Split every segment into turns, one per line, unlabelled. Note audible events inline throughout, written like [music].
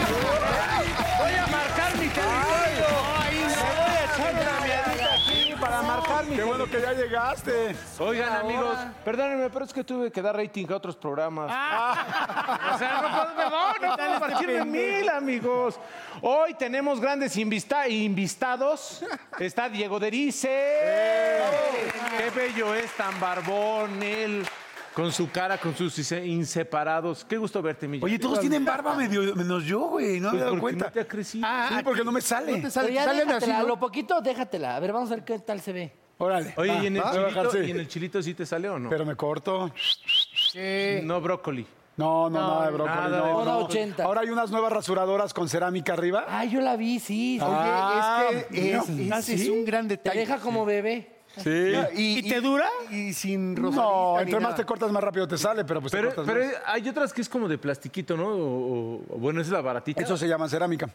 Voy a marcar mi territorio. Ay, me voy a echar una miadita aquí para marcar mi
Qué bueno que ya llegaste.
Oigan, amigos,
Perdónenme, pero es que tuve que dar rating a otros programas. este
o sea, no puedo, perdón, no puedo
Partir de
partirme mil.
mil, amigos. Hoy tenemos grandes invista- invistados. Está Diego Derice. Qué bello es, tan barbón él. Con su cara, con sus inse- inseparados. Qué gusto verte, mi
Oye,
Jack.
todos tienen barba medio- menos yo, güey. No me he
Pues
dado
porque
cuenta.
no te ha crecido. Ah,
sí, porque no me sale.
Pero ya
Salen así,
déjatela,
¿no?
lo poquito, déjatela. A ver, vamos a ver qué tal se ve.
Órale.
Oye,
Va,
¿y en, el
va. Voy a
chilito,
bajarse.
y en el chilito sí te sale o no?
Pero me corto.
No brócoli.
No, no, nada de brócoli,
nada de
no.
Ahora
no.
80.
Ahora hay unas nuevas rasuradoras con cerámica arriba.
Ah, yo la vi, sí. sí.
Ah,
Oye, es que es,
mira.
es- es un gran
Te
detalle.
deja como bebé.
Sí.
¿Y, te dura? Y sin rosadita
No,
ni
entre más
nada.
te cortas, más rápido te sale, pero pues
Pero,
te cortas
pero eh,
más.
hay otras que es como de plastiquito, ¿no? O, o- o- bueno, esa es la baratita.
Eso se llama
[laughs]
cerámica.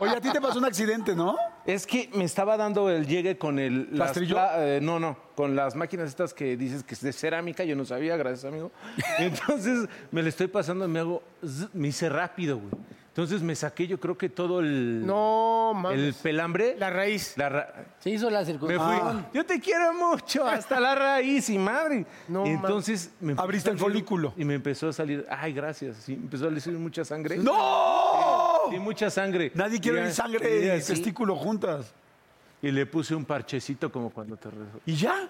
Oye, a ti te pasó un accidente, ¿no?
Es que me estaba dando el llegue con el... las
¿Rastrillo?
pla- eh, no, no, con las máquinas estas que dices que es de cerámica, yo no sabía, gracias
[laughs]
amigo. Entonces me lo estoy pasando, me hago... zzz, Me hice rápido, güey. Entonces me saqué yo creo que todo el...
No,
El
mames.
pelambre.
La raíz.
La ra-
Se hizo la
Me fui.
circuncisión.
Yo te quiero mucho, hasta la raíz y madre.
No,
Y Entonces me empezó
Abriste
a
el
salir-
folículo.
Y me empezó a salir, ay, gracias. Sí, empezó a salir mucha sangre.
¡No!
Y mucha sangre.
Nadie quiere
Y
ver
a-
sangre
y
y
así.
testículo juntas.
Y le puse un parchecito como cuando te rezo.
¿Y ya?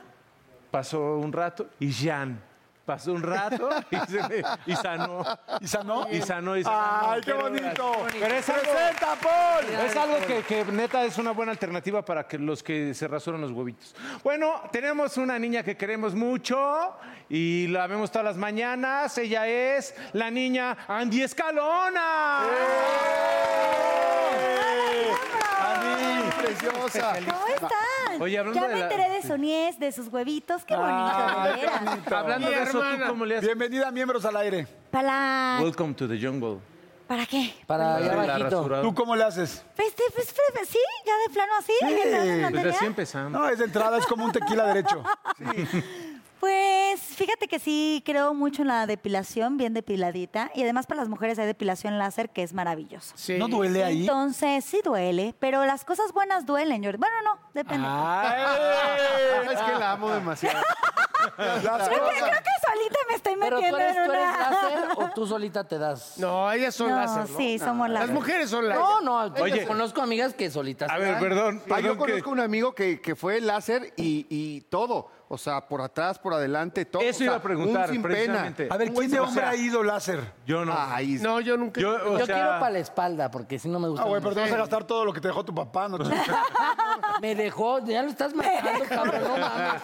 Pasó un rato y Jan. Pasó un
[laughs]
rato y, se me- y sanó.
¿Y sanó?
Y sanó y sanó.
¡Ay, qué
Pero-
bonito!
Pero es algo,
¡Presenta, Paul!
es algo que, que neta es una buena alternativa para que los que se rasuran los huevitos. Bueno, tenemos una niña que queremos mucho y la vemos todas las mañanas. Ella es la niña Andy Escalona.
¡Eh! Andy, preciosa.
¿Cómo están?
Oye, hablando
ya
de
me
la-
enteré de su niez, de sus huevitos, qué bonito,
Ay,
de
qué
veras.
bonito.
Hablando de eso, ¿tú cómo le haces?
Bienvenida, miembros al aire.
Para,
Welcome to the jungle.
¿para qué?
Para allá
La
abajito.
rasurada.
¿Tú cómo le haces?
Pues, te- pues, pues, ¿Sí? ¿Ya de plano así? ¿Ya que te hacen la
Pues
tarea?
así empezamos.
No, es de entrada, es como un tequila derecho.
Pues fíjate que sí creo mucho en la depilación, bien depiladita. Y además para las mujeres hay depilación láser, que es maravilloso.
Sí.
¿No duele ahí?
Entonces sí duele, pero las cosas buenas duelen. Jordi. Bueno, no, depende.
Ah.
¡Ay!
Es que la amo demasiado.
Las
creo, que,
cosas.
creo que solita me estoy
Pero tú
metiendo
eres,
en
tú eres
una...
láser o tú solita te das.
No, ellas son
No,
láser, ¿no?
sí, somos
Las
láser.
mujeres son láser.
No, no, yo
Oye.
conozco amigas que solitas.
A
se
ver,
dan.
perdón.
Ah, yo
perdón que-
conozco un amigo que, que fue láser y, y todo. O sea, por atrás, por adelante, todo.
Eso
O sea,
iba a preguntar,
un sin
precisamente.
pena.
A ver, ¿quién de hombre ha
[laughs]
ido láser?
Yo no.
Ay, no, yo nunca.
Yo, o
Yo
sea,
quiero para la espalda, porque si no me gusta.
Ah, güey, pero te vas a
Sí.
gastar todo lo que te dejó tu papá.
[laughs]
No te...
Me dejó, ya lo estás
[laughs]
matando, cabrón, no mames.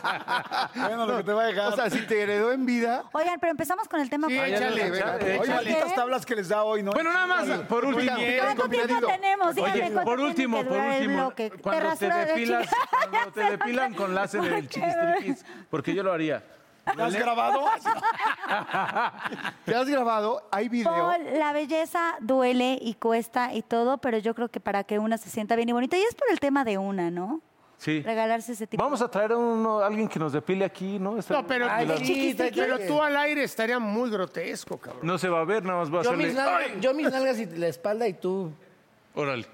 Bueno, lo que te va a dejar.
o sea, si te heredó en vida.
Oigan, pero empezamos con el tema.
Sí,
¿cuál?
échale, venga.
échale.
Oye,
¿por qué?
malditas tablas que les da hoy, ¿no?
Bueno, nada más, por último.
¿Cuánto tiempo
Combinadito.
tenemos? Díganme
Oye,
cuánto
por
tiene que
último, por
durar el
último,
bloque.
cuando te
rasura del
depilas,
chiquito.
cuando
[laughs]
te
Ya sé
depilan
por
con
qué.
láser
¿Por qué?
el chiquistriquis, porque yo lo haría.
¿Lo has grabado?
¿Te has grabado? Hay video.
Paul, la belleza duele y cuesta y todo, pero yo creo que para que una se sienta bien y bonita, y es por el tema de una, ¿no?
[laughs] Sí.
Regalarse ese tipo.
Vamos a traer a uno, alguien que nos depile aquí, ¿no? Está-
No, pero,
Ay,
tú-
sí, chiquito,
pero
chiquito.
tú al aire estaría muy grotesco, cabrón.
No se va a ver, nada más va a
Yo mis,
salir.
nalgas, yo mis nalgas y la espalda y tú.
Órale.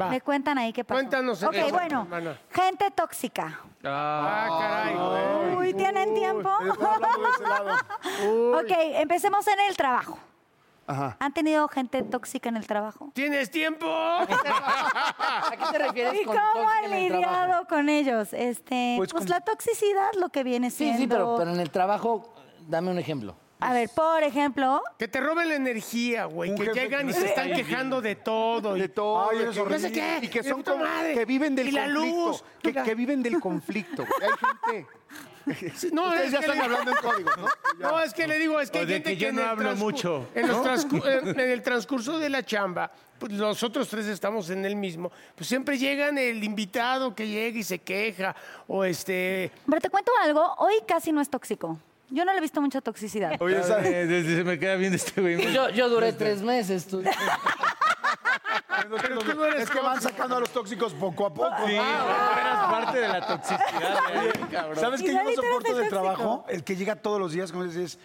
Va.
Me cuentan ahí qué pasó.
Cuéntanos
eh,
Ok,
eso,
bueno.
hermana.
Gente tóxica.
Ah,
Ah, caray, güey.
Uy, ¿tienen tiempo?
estoy hablando de ese lado.
[laughs] ok, empecemos en el trabajo.
Ajá.
¿Han tenido gente tóxica en el trabajo?
¿Tienes tiempo?
¿A qué te
[laughs]
refieres
¿Y
con
cómo
tóxica
han
en el trabajo?
lidiado con ellos? Este, pues la toxicidad, lo que viene
Sí,
siendo.
sí, pero, pero en el trabajo, dame un ejemplo.
A ver, por ejemplo,
Que te roben la energía, güey.
Un
Que
jefe
llegan
que
y
no
se
está
están quejando de todo. y-
De todo,
Ay,
de
eres
que-
horrible.
No sé qué,
y que
de
son
puta
como-
madre.
que viven del
Y la
conflicto,
luz,
que,
la-
que viven del conflicto. Hay gente.
no,
Ustedes
es
ya
que
están
le-
hablando en código, ¿no?
[laughs] No, es que le digo, es que
O
hay
de
gente
que
que,
yo
en
no
el
hablo
transcu-
mucho,
En, los transcu- eh,
[laughs]
en- en el transcurso de la chamba, pues nosotros tres estamos en el mismo, pues siempre llegan el invitado que llega y se queja, o este...
pero te cuento algo, hoy casi no es tóxico. Yo no le he visto mucha toxicidad.
Oye, eh, desde- se me queda bien este güey.
Yo, yo duré tres meses.
[laughs]
Tú.
Pero tú no eres
Es que van
tóxico.
sacando a los tóxicos poco a poco.
Sí, tú eras parte de
[laughs]
la toxicidad, eh, cabrón.
¿Sabes
Y
qué yo no
Lalito era
soporto del
tóxico.
trabajo? El que llega todos los días, como dices,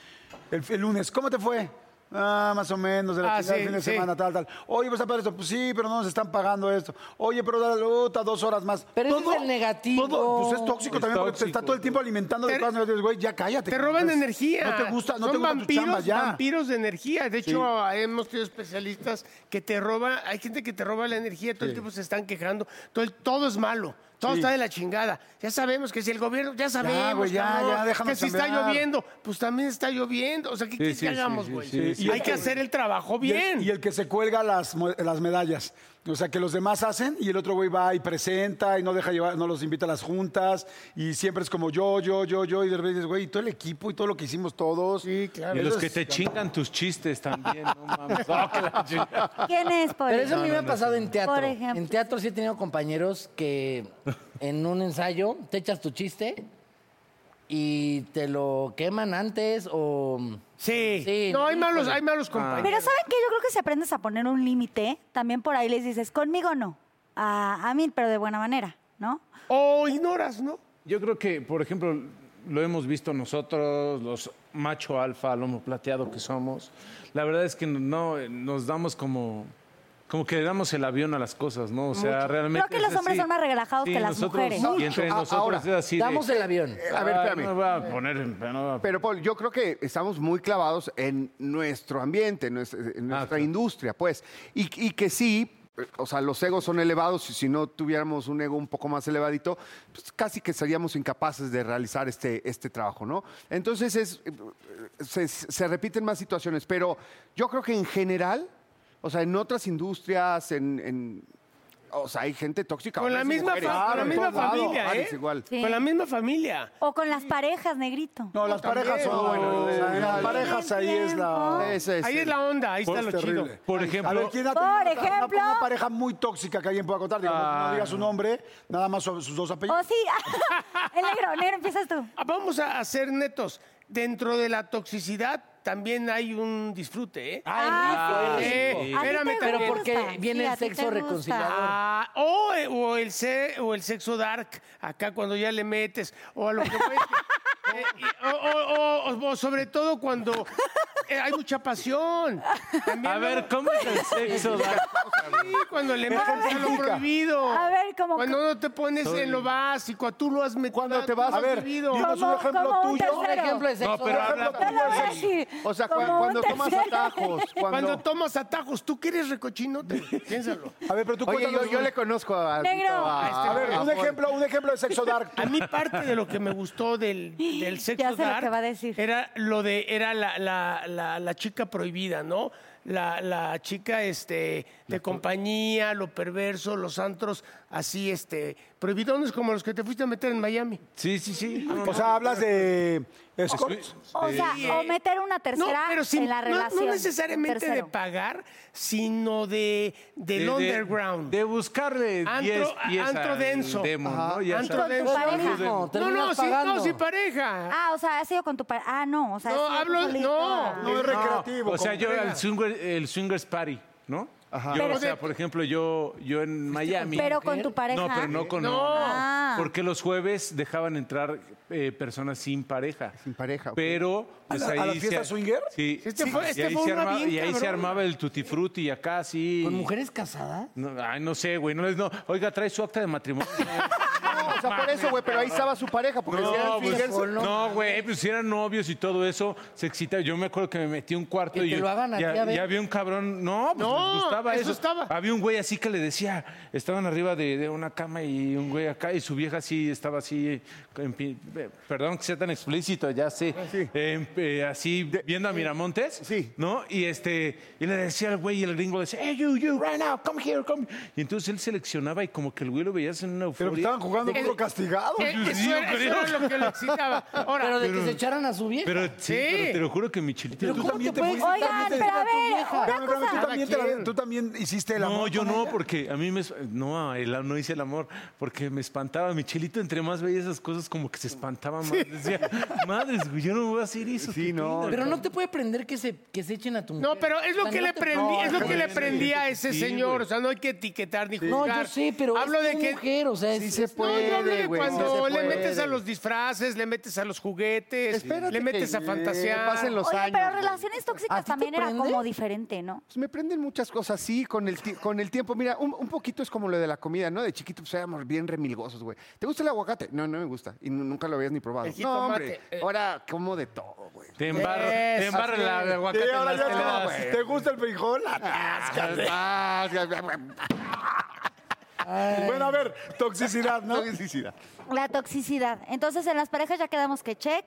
el, el lunes, ¿cómo te fue? Ah, más o menos, de la
Ah,
chingada,
sí,
fin de
sí.
semana, tal, tal. Oye, pues está padre esto. Pues sí, pero no nos están pagando esto. Oye, pero dale otra, dos horas más.
Pero ese es el negativo.
Todo, pues es tóxico
Es
también, porque te está
tóxico.
todo el tiempo alimentando de cosas negativas. Güey, ya cállate.
Te roban
Es-
energía.
No te gusta, no
Son
te gusta tu
vampiros,
chamba, ya.
vampiros de energía. De hecho, hemos tenido especialistas que te roba, hay gente que te roba la energía, todo el tiempo se están quejando, todo, el- todo es malo. Todo está de la chingada. Ya sabemos que si el gobierno, ya sabemos,
güey, ya,
cabrón,
ya, déjanos
que si está
chambear.
lloviendo, pues también está lloviendo. O sea, ¿qué quieres
sí,
que
sí,
hagamos,
sí,
güey?
sí, sí,
hay que hacer el trabajo
Y el-
bien.
Y el, que se cuelga las, mo- las medallas. O sea, que los demás hacen y el otro güey va y presenta y no deja llevar, no los invita a las juntas y siempre es como yo, yo, yo, yo y de repente dices, güey, y todo el equipo y todo lo que hicimos todos.
Sí, claro.
Y los
Eso
que
es-
te chingan tus chistes también, no mames. Ah,
[laughs]
que la chingada.
¿Quién es, por
Pero eso a mí me ha pasado en teatro.
Por ejemplo.
En teatro sí he tenido compañeros que en un ensayo te echas tu chiste y te lo queman antes o...
Sí.
Sí,
No, hay
híjole. Ah.
malos, hay malos
Ah.
compañeros.
Pero ¿saben qué? Yo creo que si aprendes a poner un límite, también por ahí les dices, conmigo no. A, a mí, pero de buena manera, ¿no?
O ignoras, ¿no?
Yo creo que, por ejemplo, lo hemos visto nosotros, los macho alfa, lomo plateado que somos. La verdad es que no eh, nos damos como. Como que le damos el avión a las cosas, ¿no? O sea, realmente.
Creo que los
es
hombres
así.
son más relajados
Sí,
que las
nosotros-
mujeres.
Y
Mucho.
entre
A-
nosotros
ahora,
es así. de,
Damos el avión.
Eh, A ver,
"Ah,
espérame.
No va a poner. no va a-
Pero, Paul, yo creo que estamos muy clavados en nuestro ambiente, en nuestra, en nuestra
claro.
industria, pues. Y, y que sí, eh, o sea, los egos son elevados y si no tuviéramos un ego un poco más elevadito, pues casi que seríamos incapaces de realizar este, este trabajo, ¿no? Entonces, es, eh, se, se repiten más situaciones, pero yo creo que en general, o sea, en otras industrias, en... en- o sea, hay gente tóxica.
Con la
hombres y
misma,
mujeres.
fa- con la
Claro, en
misma
todos lados.
familia, ¿eh?
Hombres igual.
Sí.
Con la misma familia.
O con las parejas, negrito.
No, las parejas son.
Oh.
bueno,
o sea, las parejas ahí es la.
Ese es
Ahí Pues es
el-
la onda, ahí está
es
lo
terrible.
chido.
Por
Ahí-
ejemplo-
a ver, ¿quién ha
Por
tenido una- una-
ejemplo-
Una, pareja muy tóxica que alguien pueda contar. Digo, no- no diga su nombre, nada más sobre sus dos
O
apellidos.
Oh, sí, [laughs] el negro, negro, empiezas tú.
Ah, Vamos a, a ser netos. Dentro de la toxicidad también hay un disfrute, ¿eh?
Ah, sí.
Eh,
A ti te
espérame
gusta.
también.
Pero porque
gusta.
viene
Sí, a ti
el
te
sexo
gusta.
reconciliador.
Ah, o, o el se- o el sexo dark, acá cuando ya le metes, o a lo que voy
[laughs]
es que- eh, y- o, o- o- o sobre todo cuando eh, hay mucha pasión. También
A ver,
luego-
¿cómo es el sexo? Dar?
[laughs] Sí,
[laughs]
cuando le metes a lo
Ejemplifica.
prohibido.
A ver, como-
Cuando no te pones en lo básico, tú lo has metido.
Cuando te vas
tú lo
a
has
ver,
vivido.
dinos un
Como-
ejemplo
como un
tuyo.
Un
tercero.
ejemplo de sexo.
pero habla-
No lo voy a decir.
O sea,
Como
cua-
un
cuando tomas
tercero. [laughs]
atajos,
Cuando...
cuando...
tomas atajos, tú que
[laughs]
eres recochinote. Piénsalo.
A ver, pero tú
Oye, yo,
cuéntanos
yo
un-
le conozco a...
Negro.
a- este
A ver, Este, un
Paul.
ejemplo, un ejemplo de sexo dark.
A mí parte de lo que me gustó del, del sexo
[gasps] Ya sé lo
dark
que va a decir.
era lo de era la, la- la- la chica prohibida, ¿no? La, la chica este de compañía, lo perverso, los antros así este prohibidones como los que te fuiste a meter en Miami. Ah,
Sí, sí, sí. No,
O sea, hablas de escorts.
O sea,
Sí,
o
eh.
meter una tercera
sin-
en la
no-
relación.
No, necesariamente
Tercero.
de pagar, sino de del
de- de-
underground.
De, buscarle
Antro-
10 pies
antro
al
denso.
demo, ¿no? Ya
Antro
sabes.
denso.
Con tu pareja.
No,
no,
terminas
no, sí, no,
pagando.
sí, pareja.
Ah, o sea, ha sido con tu pareja. Ah, no, o sea, ha
No,
sido tú
hablo-
solito.
no,
No es recreativo.
O sea,
como-
yo el, swinger- el swingers party. ¿no? Yo,
Pero
o sea,
de-
por ejemplo, yo, yo en Miami.
Pero con tu pareja.
No, pero no con.
No.
Ah.
Porque los jueves dejaban entrar eh, personas sin pareja.
Sin pareja, ok.
Pero. pues,
la- a la fiesta
ar-
swinger?
Sí.
Este fue-
Y
este
ahí
fue
se
una
armaba-
bien
Y ahí se
cabrón.
armaba el tutti frutti acá sí.
¿Con mujeres casadas?
No, ay, no sé, güey. No, les- no. Oiga, trae su acta de matrimonio.
No, o sea, por eso, güey, pero ahí estaba su pareja, porque si eran
No, pues,
fingers,
no, güey, pues si eran novios y todo eso, se excitaba. Yo me acuerdo que me metí a un cuarto
Que
y
te
yo-
lo hagan a ti,
ya,
a ver.
ya había un cabrón. No, pues
No,
les gustaba eso.
eso estaba.
Había un güey así que le decía, estaban arriba de, de una cama y un güey acá, y su vieja así estaba así, en pi- eh, perdón que sea tan explícito, ya sé, en- eh, así viendo a Miramontes,
Sí.
¿no? Y este, y le decía al güey y el gringo le decía, hey, you, you, right now, come here, come. Y entonces él seleccionaba y como que el güey lo veías en una
Pero
euforia.
estaban jugando puro castigado.
Eh, Eso era, eso era lo que lo excitaba. Ahora,
Pero de que se echaran a su vieja.
Pero, sí,
Sí.
pero te lo juro que mi chilito.
Pero
Tú
¿cómo
también
te
te
puedes
fuiste.
Oigan,
también te
pero a
dejas a tu
ver,
vieja?
una
Pero tú
cosa.
también, te la- tú también hiciste el amor.
No, yo
con
no,
ella.
porque a mí me. es- No, el- no hice el amor, porque me espantaba. Mi chilito, entre más veía esas cosas, como que se espantaba más. Decía, madres, güey, yo no voy a hacer eso.
Sí,
qué
no.
pena".
Pero no te puede prender que se, que se echen a tu mujer.
no, pero es
O
lo
sea,
que
no
le
te-
prendí, es lo
no,
que le
no,
prendí a
no,
ese
sí,
señor.
güey.
O sea, no hay que etiquetar ni
No,
juzgar.
yo sé, pero
hablo
es
de
tu
que
mujer, o sea,
Sí
es-
se
es-
No, yo hablo
puede,
de
güey. sí
cuando
se
le
puede.
metes a los disfraces, le metes a los juguetes,
Espérate
le metes
que-
a fantasear.
que pasen los
Oye,
años.
pero
güey.
relaciones
¿A
tóxicas
ti te
también era
prende?
como diferente, ¿no?
Pues me prenden muchas cosas, sí, con el, ti- con el tiempo. Mira, un, un poquito es como lo de la comida, ¿no? De chiquito, pues éramos bien remilgosos, güey. ¿Te gusta el aguacate? No, no me gusta. Y nu- nunca lo habías ni probado.
El
no,
jitomate,
hombre.
eh.
Ahora como de todo, güey.
Te embarra, te embarra la la
Sí,
aguacate. en
ahora
las
ya es como,
teladas.
¿Te gusta el frijol? [laughs] Atáscate.
Ah,
Bueno, a ver, toxicidad, ¿no?
toxicidad.
La toxicidad. Entonces, en las parejas ya quedamos que check.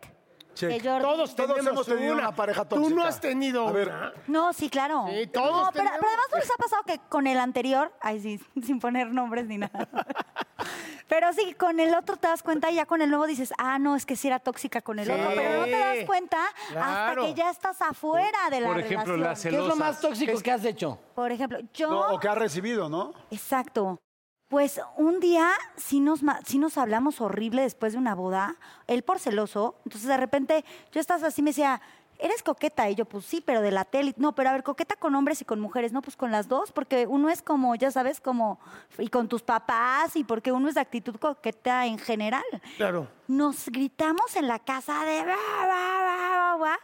Check.
Que Jordi.
Todos,
Todos
tenemos
hemos tenido una pareja
Tú no
tóxica.
has tenido
A ver.
una.
No, sí, claro.
Sí, todos
no, pero,
tenemos.
pero además no les ha pasado que con el anterior, ay sí, [laughs] sin poner nombres ni
[laughs]
nada. Pero sí, con el otro te das cuenta y ya con el nuevo dices, ah, no, es que sí era tóxica con el otro, pero no te das cuenta hasta
Claro.
que ya estás afuera de la
Por ejemplo, la
relación.
¿Qué es lo más
celosas.
tóxico que has hecho?
Por ejemplo, yo,
No, o que ha recibido, ¿no?
exacto. Pues un día sí nos, ma- sí nos hablamos horrible después de una boda, él por celoso, entonces de repente yo estás así me decía, ¿eres coqueta? Y yo, pues sí, pero de la tele. No, pero a ver, coqueta con hombres y con mujeres, no, pues con las dos, porque uno es como, ya sabes, como, y con tus papás, y porque uno es de actitud coqueta en general.
Claro.
Nos gritamos en la casa de... "Ba, ba, ba, ba, ba",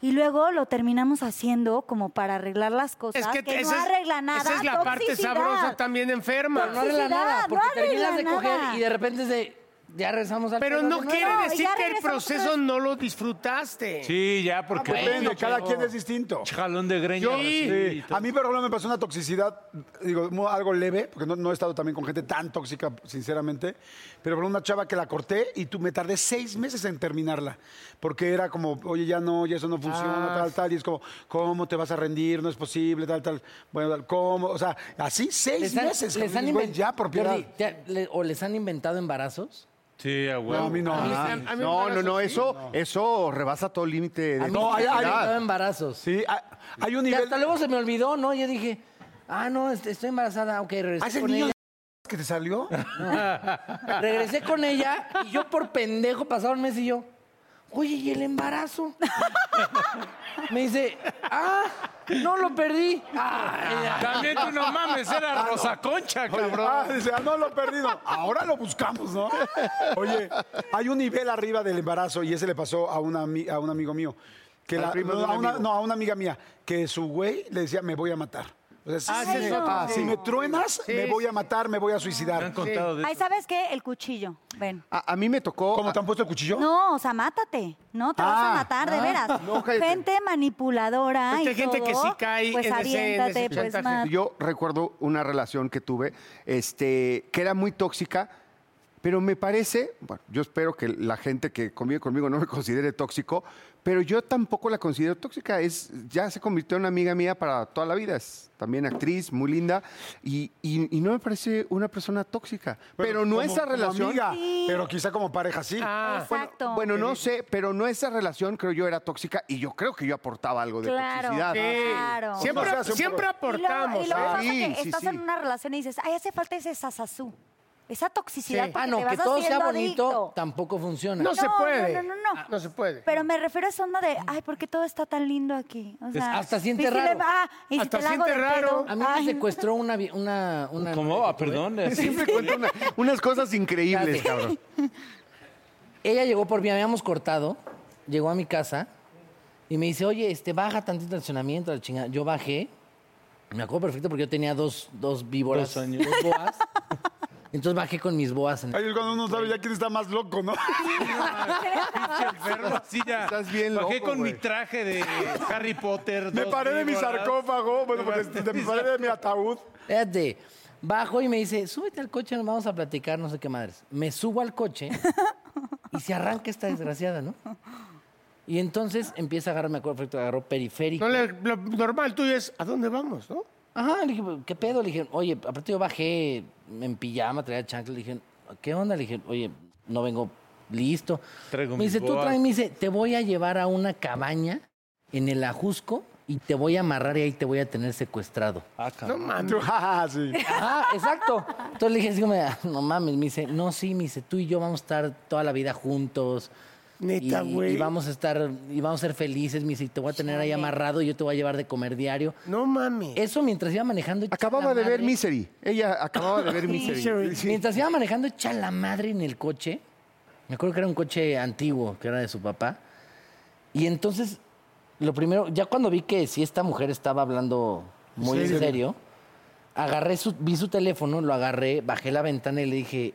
y luego lo terminamos haciendo como para arreglar las cosas. que, no
esa es-
arregla nada.
Esa es la parte
toxicidad.
sabrosa también enferma.
Pero no arregla
Toxicidad,
nada,
no
porque
arregla
terminas de coger
nada.
y de repente es de... Ya regresamos al
Pero
pedo
no
de nuevo.
quiere
No,
decir
ya
que el
regresamos otra
proceso
vez.
no lo disfrutaste.
Sí, ya, Ah, porque.
Depende,
Bueno,
cada
pero-
quien es distinto.
Jalón de greña.
Yo-
Sí.
sí.
A mí, por ejemplo, me pasó una toxicidad, digo, mu- algo leve, porque no, no he estado también con gente tan tóxica, sinceramente, pero por una chava que la corté y tú, me tardé seis meses en terminarla, porque era como, oye, ya no, ya eso no funciona,
Ah.
tal, tal, y es como, ¿cómo te vas a rendir? No es posible, tal, tal, bueno, tal, ¿cómo? O sea, así seis
Les han-
meses,
les han
cabrón, güey,
inven-
ya por piedad.
Jordi, ¿te- le- ¿O les han inventado embarazos?
Sí, a
No, a
huevo.
mí no.
a mí me
No, no,
parece
no,
así.
eso, eso rebasa todo límite
A
de
mí
No,
sí
hay-
me han
hay-
inventado embarazos.
Sí, hay, hay un
Y
nivel...
hasta luego se me olvidó, ¿no? Yo dije, ah, no, este- estoy embarazada, ok,
¿Ah,
regresé
ese
con
niño
ella.
[laughs] que te salió?
Regresé con ella y yo por pendejo pasaba un mes y yo, oye, ¿y el embarazo? [laughs] me dice, ah, no lo perdí. Ah,
También tú no mames, era Rosa Concha, cabrón.
Ah, dice, "Ah, no lo he perdido. Ahora lo buscamos, ¿no? Oye, hay un nivel arriba del embarazo y ese le pasó a, una, ami- a un amigo mío. Que
Al
la-
primo de
no,
un
a una,
amigo.
no, a una amiga mía, que su güey le decía, me voy a matar. O sea,
Ah,
si-
ese
si-
es otro,
ah,
sí.
si me truenas, me voy a matar, me voy a
Me han
suicidar.
contado de
Ahí sabes qué, el cuchillo. Ven.
A, a mí me tocó.
¿Cómo te han puesto el cuchillo?
No, o sea, mátate. No te vas a matar, de veras.
no, cállate.
gente manipuladora.
Pues
y
Ah, hay gente que
todo,
sí cae
Pues
en ese- en
aviéntate,
ese
pues
chantaje.
mátate.
Yo recuerdo una relación que tuve, este, que era muy tóxica, pero me parece, bueno, yo espero que la gente que convive conmigo no me [laughs] considere tóxico, pero yo tampoco la considero tóxica. Es, ya se convirtió en una amiga mía para toda la vida. Es también actriz, muy linda, y, y- y no me parece una persona tóxica. pero no
como-
esa
como
relación.
amiga,
Sí. Ah.
pero quizá como pareja sí.
Exacto.
Bueno, no sé, pero no esa relación creo yo era tóxica y yo creo que yo aportaba algo de
Claro.
toxicidad.
Sí. Claro.
O
Siempre,
sea, se hace un
siempre
poco-
Y luego-
aportamos.
Y luego,
¿eh?
pasa
Sí,
que
sí,
estás
sí.
en una relación y dices, ay, hace falta ese sasazú. Esa toxicidad
Sí.
porque
Ah, no,
te vas
que todo sea
haciendo
bonito
adicto.
tampoco funciona.
No, se
No,
puede.
no, no, no, no.
Ah, se puede.
Pero me refiero a esa onda de, ay, ¿por qué todo está tan lindo aquí?
Pues,
O sea,
hasta siente
y si le-
raro.
ah, y si
Hasta
te la hago
siente
de
raro.
pedo,
A mí
ay,
me secuestró una... vi- una, una
¿Cómo? Ah, perdón.
Siempre cuenta una- unas cosas increíbles,
Espérate.
cabrón.
Ella llegó por mí, habíamos cortado, llegó a mi casa y me dice, oye, este, baja tantito el estacionamiento, la chingada. Yo bajé, me acuerdo perfecto porque yo tenía dos, dos
Pues,
víboras,
Dos
dos,
años.
boas. [laughs] Entonces bajé con mis boas. En...
[laughs] Ahí es cuando uno sabe ya quién está más loco, ¿no?
[laughs]
Enfermo, así ya.
Estás bien
Bajé
loco,
con
güey.
mi traje de Harry Potter.
Me
dos
paré de mi
víboras.
sarcófago, bueno, porque este, me paré de mi ataúd.
Espérate, bajo y me dice, súbete al coche, nos vamos a platicar, no sé qué madres. Me subo
[laughs]
al coche y se arranca esta desgraciada, ¿no? Y entonces empieza a agarrar, me acuerdo perfecto, agarró periférico.
No le- lo normal tuyo es, ¿a dónde vamos, no?
Ajá, le dije, ¿qué pedo? Le dije, oye, aparte yo bajé en pijama, traía chancla. Le dije, ¿qué onda? Le dije, oye, no vengo listo.
Traigo
me
mis
dice, tú
boas".
trae, me dice, te voy a llevar a una cabaña en el Ajusco y te voy a amarrar y ahí te voy a tener secuestrado.
Ah,
No
[laughs]
cabrón.
mames.
Tú,
Ah,
"Ja, ja, sí.
Ajá, exacto. Entonces le dije, así como, "Ah, no mames. Me dice, no, sí, me dice, tú y yo vamos a estar toda la vida juntos.
Neta,
y-
güey.
Y vamos a estar, y vamos a ser felices, me dice, y te voy a tener ahí amarrado y yo te voy a llevar de comer diario.
No mames.
Eso mientras iba manejando. yo, la
Acababa de ver
madre.
Misery. Ella
[laughs]
acababa de ver Misery. Sí.
Mientras iba manejando echa la madre en el coche, me acuerdo que era un coche antiguo, que era de su papá, y entonces, lo primero, ya cuando vi que si esta mujer estaba hablando muy en serio, agarré su, vi su teléfono, lo agarré, bajé la ventana y le dije,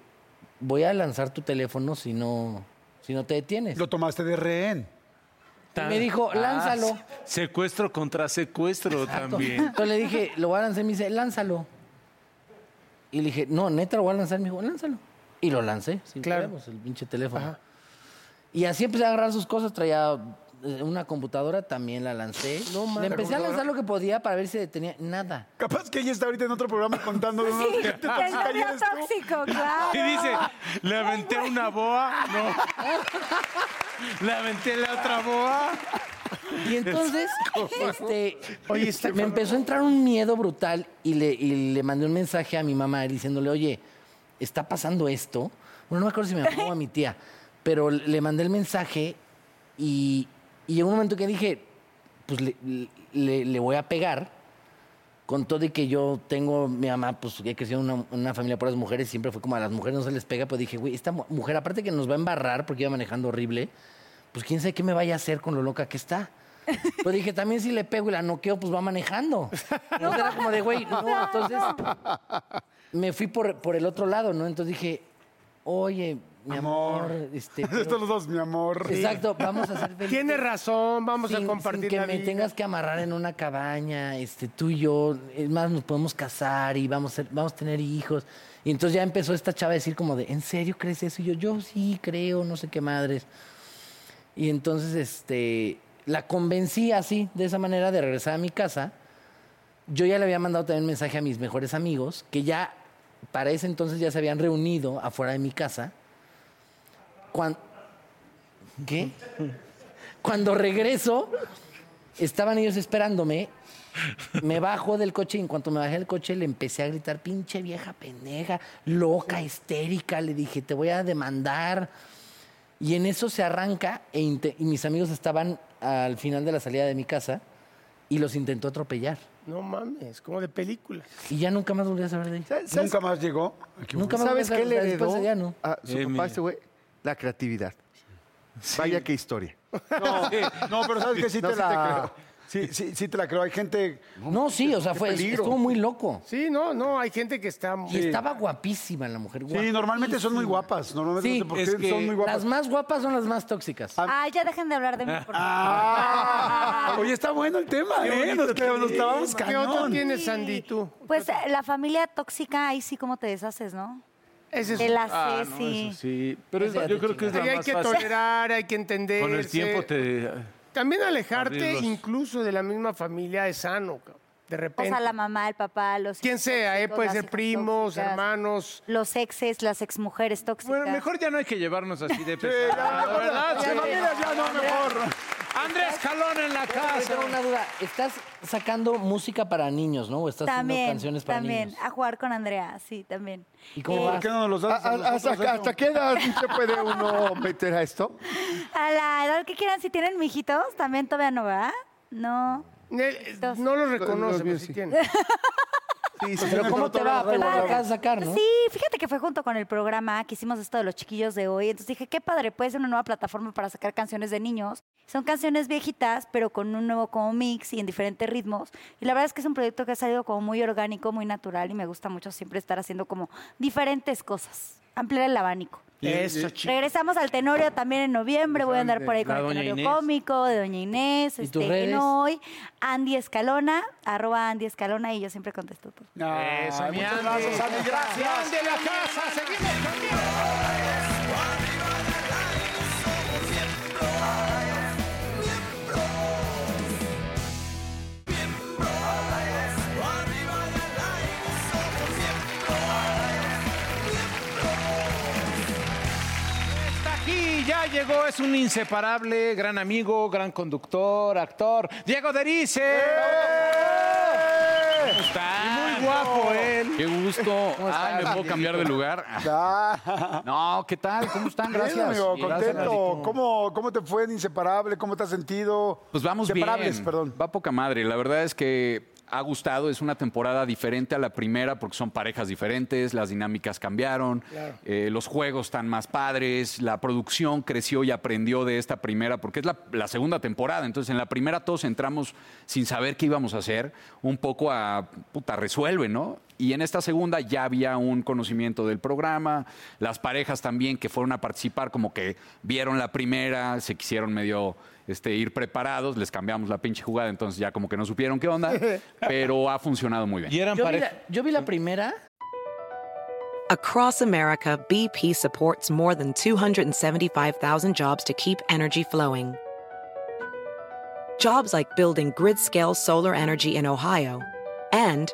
voy a lanzar tu teléfono si no, si no te detienes.
Lo tomaste de rehén.
Y me dijo,
Ah,
lánzalo.
secuestro contra secuestro también.
[laughs] Entonces le dije, lo voy a lanzar. Y me dice, lánzalo. Y le dije, no, neta, lo voy a lanzar. Me dijo, lánzalo. Y lo lancé, sin
Claro.
problemas, el pinche teléfono. Y así empecé a agarrar sus cosas. Traía eh, una computadora, también la lancé. le empecé a lanzar lo que podía para ver si detenía. Nada.
Capaz que ella está ahorita en otro programa contando de unos
Sí,
que
que
te
el
toxica y
novio
eres tú.
tóxico, claro.
Y dice,
"Ah".
le aventé una boa, no. Le aventé la otra boa.
Y entonces, este,
Oye, está-
me empezó a entrar un miedo brutal y le, y le mandé un mensaje a mi mamá diciéndole, oye, está pasando esto. Bueno, no me acuerdo si me mamá o a mi tía, pero le mandé el mensaje y, y llegó un momento que dije, pues le, le- le voy a pegar. Con todo y que yo tengo, mi mamá, pues que creció en una, una familia por las mujeres, siempre fue como a las mujeres no se les pega, pero dije, güey, esta mu- mujer, aparte que nos va a embarrar porque iba manejando horrible, pues quién sabe qué me vaya a hacer con lo loca que está. Pues dije, también si le pego y la noqueo, pues va manejando. Entonces era como de, güey, no, entonces me fui por, por el otro lado, ¿no? Entonces dije, oye, mi amor,
[laughs]
este...
[laughs]
pero-
Estos los dos, mi amor.
exacto, vamos a hacer felices
Tienes razón, vamos
sin-
a compartir
sin que
la
me
vida.
tengas que amarrar en una cabaña, este, tú y yo, es más, nos podemos casar y vamos a, ser- vamos a tener hijos. Y entonces ya empezó esta chava a decir como de, ¿en serio crees eso? Y yo, yo sí creo, no sé qué madres. Y entonces, este, la convencí así, de esa manera, de regresar a mi casa. Yo ya le había mandado también mensaje a mis mejores amigos, que ya para ese entonces ya se habían reunido afuera de mi casa. Cuan-
[laughs]
¿Qué? Cuando regreso, estaban ellos esperándome. Me bajo del coche y en cuanto me bajé del coche le empecé a gritar, pinche vieja pendeja, loca, histérica. Le dije, te voy a demandar. Y en eso se arranca e inte- y mis amigos estaban al final de la salida de mi casa y los intentó atropellar.
No mames, como de película.
Y ya nunca más volví a saber de ellos.
¿Sabes, sabes-
Nunca más llegó. Aquí
Nunca más volví a
sabes qué
saber
le
de ellos después de
heredó
ya, ¿no?
a su
Eh,
papá
mira.
este güey? La creatividad. Vaya qué historia.
No, no, pero sabes que sí
No,
te
sí
la. Sí, sí, sí te la creo. Hay gente.
No, sí, o sea, fue,
peligro.
estuvo muy loco.
Sí, no, no, hay gente que está...
Y estaba guapísima la mujer.
Sí, normalmente son muy guapas. Normalmente
Sí,
no sé por
es
qué
que
son muy
Las
guapas.
más guapas son las más tóxicas.
Ay, ya dejen de hablar de mí, por favor.
Ah, oye, está bueno el tema, ¿eh? Nos, nos, estábamos
¿Qué otro
cañón.
tienes, Sandy, tú?
Pues eh, la familia tóxica, ahí sí, ¿cómo te deshaces, no?
Ese es...
Te la
Ah,
sé,
no,
sí.
eso sí. Pero es- yo creo que es la
Ahí hay
más
que
fácil.
tolerar, hay que entender.
Con el tiempo te...
También alejarte
Abrirlos.
incluso de la misma familia es sano, cabrón. De
O
repente.
sea, la mamá, el papá, los
Quien
hijos
sea, ¿eh?
tóxicos,
puede
las
ser
hijas
primos,
tóxicas,
hermanos.
Los exes, las exmujeres tóxicas.
Bueno, mejor ya no hay que llevarnos así de
Sí,
pesado,
ya, mejor,
¿verdad?
las familias ya no, mejor.
Andrés Calón en la
Yo
casa.
Tengo una duda. ¿Estás sacando música para niños, no? ¿O estás
También,
haciendo canciones para
también,
niños?
a jugar con Andrea, sí, también.
¿Y cómo
¿Por
vas?
qué no nos los das?
Eh, ¿A-
a
a-
nosotros,
¿Hasta,
Beto?
hasta qué edad se puede
[laughs]
uno meter a esto?
Ah,
A la edad que quieran, si tienen mijitos, también todavía no va. No.
Él, eh, no lo reconoce,
Los míos
pero sí
sí.
tiene.
Sí, sí,
Pero
me
¿cómo
cortó
te
la
va? Apenas
regla.
la acabas de sacar, ¿no?
Sí, fíjate que fue junto con el programa que hicimos esto de los chiquillos de hoy. Entonces dije, qué padre, puede ser una nueva plataforma para sacar canciones de niños. Son canciones viejitas, pero con un nuevo como mix y en diferentes ritmos. Y la verdad es que es un proyecto que ha salido como muy orgánico, muy natural y me gusta mucho siempre estar haciendo como diferentes cosas. Ampliar el abanico.
Eso, chico.
Regresamos al Tenorio también en noviembre. Voy a andar por ahí con
La
el
Doña
Tenorio
Inés.
Cómico, de Doña Inés,
¿Y tus
este,
redes?
en hoy, Andy Escalona, arroba Andy Escalona y yo siempre contesto todo.
Eh,
Ay,
Eso, mi
muchas
Andy.
gracias, Andy, gracias.
Andy en la casa, seguimos.
[laughs]
Está aquí, ya llegó, es un inseparable, gran amigo, gran conductor, actor, Diego Derice.
¡Eh!
¿Cómo estás?
Muy guapo él.
Qué
[laughs]
gusto.
Pues,
Ay,
ah,
me puedo cambiar de lugar. No, ¿qué tal? ¿Cómo están? Gracias.
Bien, amigo,
Gracias,
contento.
Rafito.
¿Cómo, ¿Cómo te fue en Inseparable? ¿Cómo te has sentido?
Pues vamos
Inseparables,
bien.
perdón.
Va poca madre. La verdad es que ha gustado. Es una temporada diferente a la primera porque son parejas diferentes, las dinámicas cambiaron, eh, los juegos están más padres, la producción creció y aprendió de esta primera porque es la, la segunda temporada. Entonces, en la primera todos entramos sin saber qué íbamos a hacer, un poco a puta, resuelve, ¿no? Y en esta segunda ya había un conocimiento del programa, las parejas también que fueron a participar como que vieron la primera, se quisieron medio este, ir preparados, les cambiamos la pinche jugada, entonces ya como que no supieron qué onda, pero ha funcionado muy bien.
Y eran
Yo vi,
pareja.
la, yo vi la primera.
Across America, BP supports more than 275,000 jobs to keep energy flowing. Jobs like building grid scale solar energy in Ohio and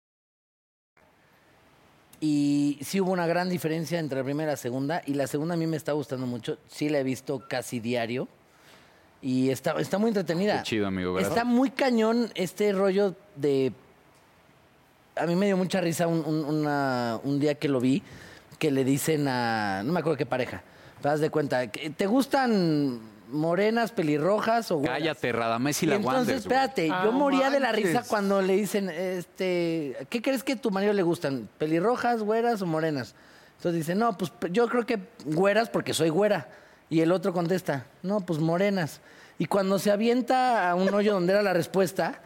Y sí hubo una gran diferencia entre la primera y la segunda. Y la segunda a mí me está gustando mucho. Sí la he visto casi diario. Y está, está muy entretenida.
Qué chido, amigo, ¿verdad?
Está muy cañón este rollo de... A mí me dio mucha risa un, un- una- un día que lo vi, que le dicen a... No me acuerdo qué pareja. Te das de cuenta. que, ¿Te gustan morenas, pelirrojas o... güeras?"
Cállate, Radamés y Eh,
Y
la
entonces,
Wanderers, güey.
espérate,
Ah,
yo
no
moría de la
manches.
risa cuando le dicen, este, ¿qué crees que a tu marido le gustan? ¿Pelirrojas, güeras o morenas? Entonces dice, no, pues pe- yo creo que güeras porque soy güera. Y el otro contesta, no, pues morenas. Y cuando se avienta a un hoyo donde era la respuesta,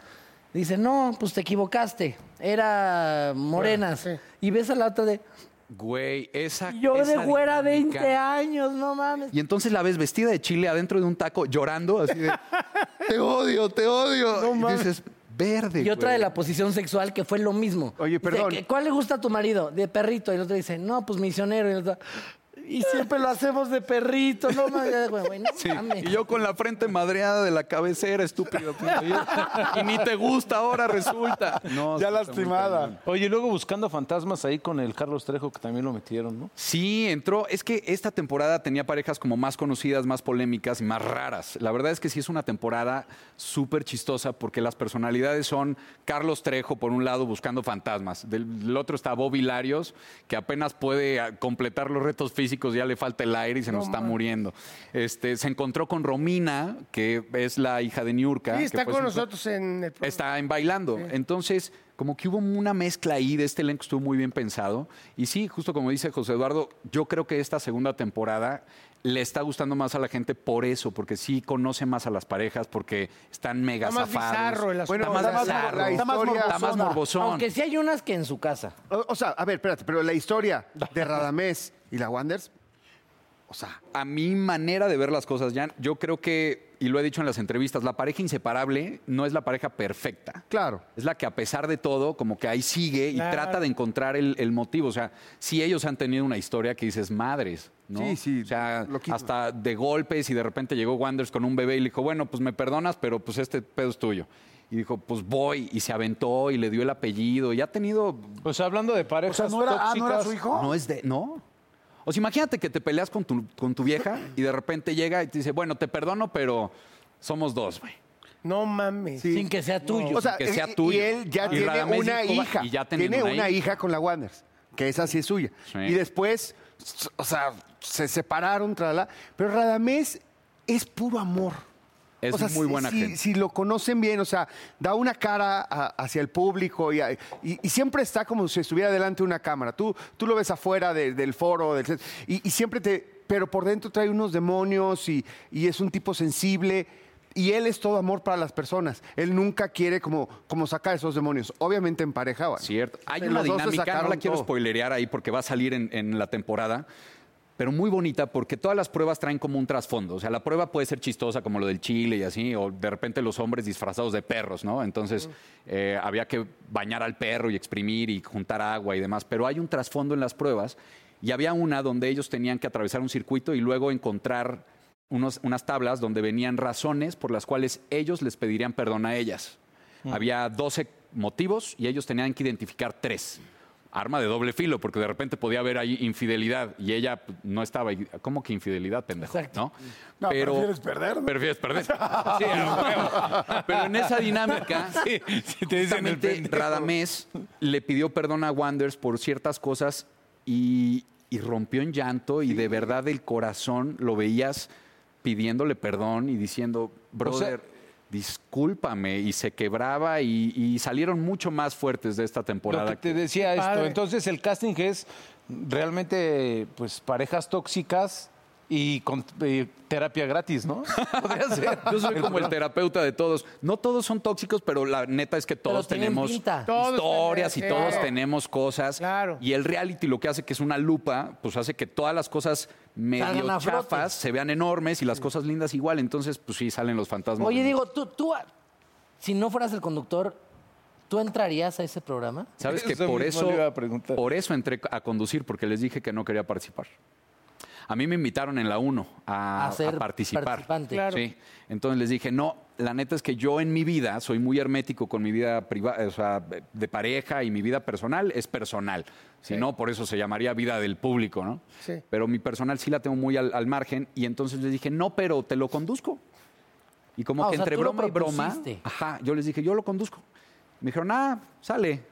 dice, no, pues te equivocaste, era morenas. Y ves a la otra de,
Güey, esa.
yo de
esa
güera
dinámica.
20 años, no mames.
Y entonces la ves vestida de chile adentro de un taco llorando, así
[laughs]
de. te odio, te odio. y dices, verde.
Y otra
güey.
de la posición sexual que fue lo mismo.
Oye,
Dice,
perdón.
¿qué- ¿Cuál le gusta a tu marido? De perrito. Y el otro dice, no, pues misionero. Y el otro, y siempre lo hacemos de perrito. No mames, güey, güey, no
Sí,
mames.
Y yo con la frente madreada de la cabecera, estúpido. y ni te gusta ahora, resulta. No,
Ya
sí, está muy
lastimada.
cañón.
Oye, y luego buscando fantasmas ahí con el Carlos Trejo, que también lo metieron, ¿no?
Sí, entró. Es que esta temporada tenía parejas como más conocidas, más polémicas y más raras. La verdad es que sí es una temporada súper chistosa porque las personalidades son Carlos Trejo, por un lado, buscando fantasmas. Del, del otro está Bob Hilarios, que apenas puede ah, completar los retos físicos. físicos ya le falta el aire y se nos está muriendo. Este, se encontró con Romina, que es la hija de Niurka.
Sí,
que pues
está
fue
con
su-
nosotros en el programa.
Está en bailando. Entonces, como que hubo una mezcla ahí de este elenco, estuvo muy bien pensado. Y sí, justo como dice José Eduardo, yo creo que esta segunda temporada le está gustando más a la gente por eso, porque sí conoce más a las parejas, porque están mega
Está más
zafados.
bizarro el
Bueno,
asunto.
está más bizarro,
la historia-
está más morbosón.
Aunque sí hay unas que en su casa.
O, o sea, a ver, espérate, pero la historia de Radamés y la Wanders, o sea,
a mi manera de ver las cosas, Jan, yo creo que, y lo he dicho en las entrevistas, la pareja inseparable no es la pareja perfecta.
claro.
Es la que a pesar de todo, como que ahí sigue y
Claro.
trata de encontrar el, el motivo. O sea, si ellos han tenido una historia que dices, madres, ¿no?
Sí, sí,
O sea,
loquísimo.
hasta de golpes y de repente llegó Wanders con un bebé y le dijo, bueno, pues me perdonas, pero pues este pedo es tuyo. Y dijo, pues voy, y se aventó y le dio el apellido. Y ha tenido
O sea, hablando de
O
parejas
sea, ¿no era, ah, ¿no era
tóxicas,
su hijo?
no es de. No. O sea, imagínate que te peleas con tu, con tu vieja y de repente llega y te dice, bueno, te perdono, pero somos dos, güey.
No mames.
Sin que sea tuyo.
O sea,
que sea
y-
tuyo.
Y él ya
Y
tiene
Radamés
una
Escobar,
hija.
y ya teniendo
tiene
una
una hija con la Wanders, que esa sí es suya.
Sí.
Y después, s- o sea, se separaron, trala. Pero Radamés es puro amor.
Es
O sea,
muy
si-
buena
si,
gente.
Si lo conocen bien, o sea, da una cara a- hacia el público y, a- y- y siempre está como si estuviera delante de una cámara. Tú, tú lo ves afuera de- del foro, del set, y, y siempre te. Pero por dentro trae unos demonios y, y es un tipo sensible. Y él es todo amor para las personas. Él nunca quiere como, como sacar esos demonios. Obviamente en pareja. bueno.
Cierto. Hay
Los
una
dos se
dinámica, no la
sacaron
quiero
todo.
spoilerear ahí porque va a salir en, en la temporada, pero muy bonita porque todas las pruebas traen como un trasfondo. O sea, la prueba puede ser chistosa como lo del chile y así, o de repente los hombres disfrazados de perros, ¿no? Entonces eh, había que bañar al perro y exprimir y juntar agua y demás, pero hay un trasfondo en las pruebas y había una donde ellos tenían que atravesar un circuito y luego encontrar unos- unas tablas donde venían razones por las cuales ellos les pedirían perdón a ellas. Había 12 motivos y ellos tenían que identificar tres. Arma de doble filo, porque de repente podía haber ahí infidelidad y ella pues, no estaba. ahí. ¿Cómo que infidelidad, pendejo? ¿no?
No, prefieres perder, ¿no?
Prefieres perder.
[laughs]
Sí, a huevo. Pero en esa dinámica,
[laughs] Sí, sí, te dicen el
justamente
pendejo.
Radamés le pidió perdón a Wanders por ciertas cosas y, y rompió en llanto y de verdad el corazón lo veías pidiéndole perdón y diciendo, brother, discúlpame. Y se quebraba y, y salieron mucho más fuertes de esta
Lo
temporada.
que te decía esto.
Padre.
Entonces el casting es realmente pues parejas tóxicas y con eh, terapia gratis, ¿no?
[laughs]
Podría ser.
Yo soy como el terapeuta de todos. No todos son tóxicos, pero la neta es que todos
tienen
tenemos
pinta.
Todos
historias y
tenemos,
todos
claro.
tenemos cosas.
Claro.
Y el reality lo que hace que es una lupa, pues hace que todas las cosas medio
Salgan a flote.
chafas se vean enormes y las cosas lindas igual. Entonces, pues sí, salen los fantasmas.
Oye, digo, tú, tú, ah, si no fueras el conductor, ¿tú entrarías a ese programa?
[laughs]
¿Sabes que
Eso
por
mismo
eso,
le iba a preguntar.
por eso entré a conducir, porque les dije que no quería participar. A mí me invitaron en la 1 a,
A ser
a participar.
participante.
Claro.
Sí. Entonces les dije, no, la neta es que yo en mi vida soy muy hermético con mi vida privada, o sea, de pareja y mi vida personal es personal. Si no, por eso se llamaría vida del público, ¿no?
Sí.
Pero mi personal sí la tengo muy al, al margen. Y entonces les dije, no, pero te lo conduzco. Y como
Ah, o
que
sea,
entre
tú lo
broma y broma,
propusiste.
ajá, yo les dije, yo lo conduzco. Me dijeron, ah,
[laughs]
sale.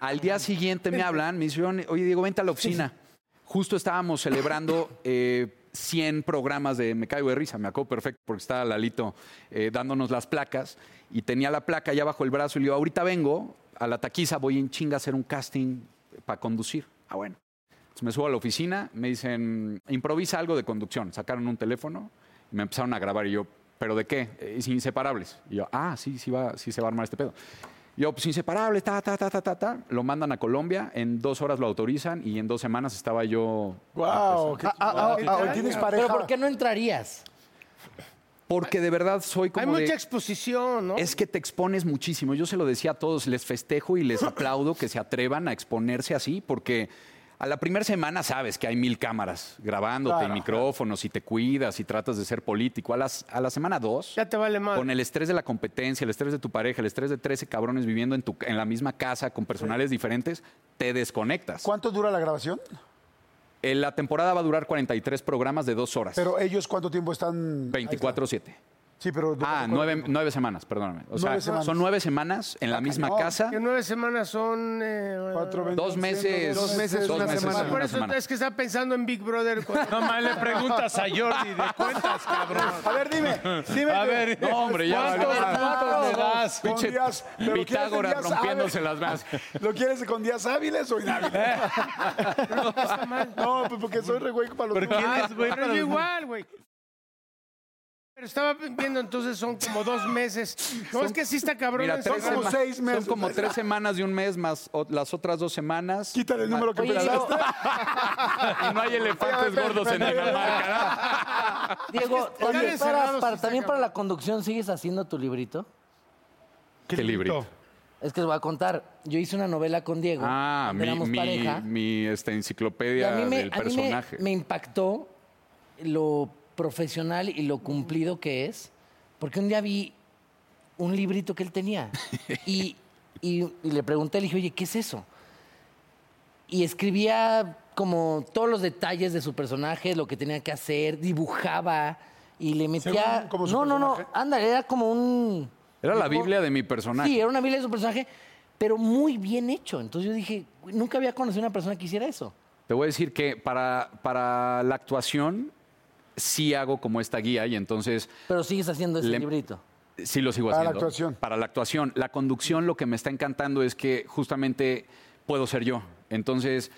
Al día siguiente me hablan, me dicen, oye, Diego, vente a la oficina. Justo estábamos celebrando eh, 100 programas de Me Caigo de Risa, me acuerdo perfecto porque estaba Lalito eh, dándonos las placas y tenía la placa allá bajo el brazo y le digo, ahorita vengo a la taquiza, voy en chinga a hacer un casting para conducir. Ah, bueno. Entonces me subo a la oficina, me dicen, improvisa algo de conducción. Sacaron un teléfono y me empezaron a grabar. Y yo, ¿pero de qué? Eh, Es inseparables. Y yo, ah, sí, sí, va, sí se va a armar este pedo. Y yo, pues inseparables, ta, ta, ta, ta, ta, ta. Lo mandan a Colombia, en dos horas lo autorizan y en dos semanas estaba yo.
Wow, qué
Ah, ah, ah,
chingón.
ah,
¿Tienes
¿Pero
pareja?
por qué no entrarías?
Porque de verdad soy como.
Hay
de-
mucha exposición, ¿no?
Es que te expones muchísimo. Yo se lo decía a todos, les festejo y les aplaudo que se atrevan a exponerse así, porque a la primera semana sabes que hay mil cámaras grabándote y micrófonos y te cuidas y tratas de ser político. A, las, a la semana dos,
Ya te vale más.
con el estrés de la competencia, el estrés de tu pareja, el estrés de 13 cabrones viviendo en, tu, en la misma casa con personales diferentes, te desconectas.
¿Cuánto dura la grabación?
Eh, La temporada va a durar 43 programas de dos horas,
Pero ellos, ¿cuánto tiempo están?
24-7.
Sí, pero...
Ah, nueve, nueve semanas, perdóname. O sea,
Nueve semanas.
son nueve semanas
Ah,
en la misma
No,
casa.
Que nueve semanas son. eh,
Dos meses, dos meses, dos una meses, semana.
Por
una
eso
semana.
es que está pensando en Big Brother.
[laughs] [laughs] No más le preguntas a Jordi de cuentas, cabrón.
A ver, dime, dime.
A ver,
No, hombre, ya
¿cuántos
vale.
puntos le das?
Con
Pinche
días, pero ¿quieres
Pitágoras
días
rompiéndose
hábiles?
las manos.
[laughs] ¿Lo quieres con días hábiles o inhábiles? no, pues porque soy re güey para los
¿Por qué
números.
eres güey
Pero
para
yo
los-
igual, güey. Pero estaba viendo, entonces son como dos meses. No, es que sí está cabrón.
Mira,
en
tres
serio.
como
sema-
seis meses.
Son como tres semanas de un mes más o- las otras dos semanas.
Quítale el número que
Oye,
pensaste.
Diego,
[laughs] Y no hay elefantes
Espérame,
gordos en
espérame.
Dinamarca.
Diego,
que estar
oye, para-
encerrados
para-
está
también
cabrón.
para la conducción, ¿sigues haciendo tu librito?
Qué librito.
Es que les voy a contar. Yo hice una novela con Diego.
Ah,
cuando
mi,
éramos
mi-
pareja.
mi, este,
Y
enciclopedia
a mí, me,
del
a mí me-
personaje.
me impactó lo profesional y lo cumplido que es, porque un día vi un librito que
[laughs]
él tenía y, y- y le pregunté, le dije, oye, ¿qué es eso? Y escribía como todos los detalles de su personaje, lo que tenía que hacer, dibujaba y le metía...
Según como su
no, no, no,
personaje.
ándale, era como un...
Era la
dijo-
Biblia de mi personaje.
Sí, era una Biblia de su personaje, pero muy bien hecho. Entonces yo dije, "Güey, nunca había conocido a una persona que hiciera eso.
Te voy a decir que para, para la actuación sí hago como esta guía y entonces
Pero sigues haciendo ese
Le-
librito.
Sí, lo sigo
Para la
haciendo.
actuación.
Para la actuación. La conducción lo que me está encantando es que justamente puedo ser yo. Entonces,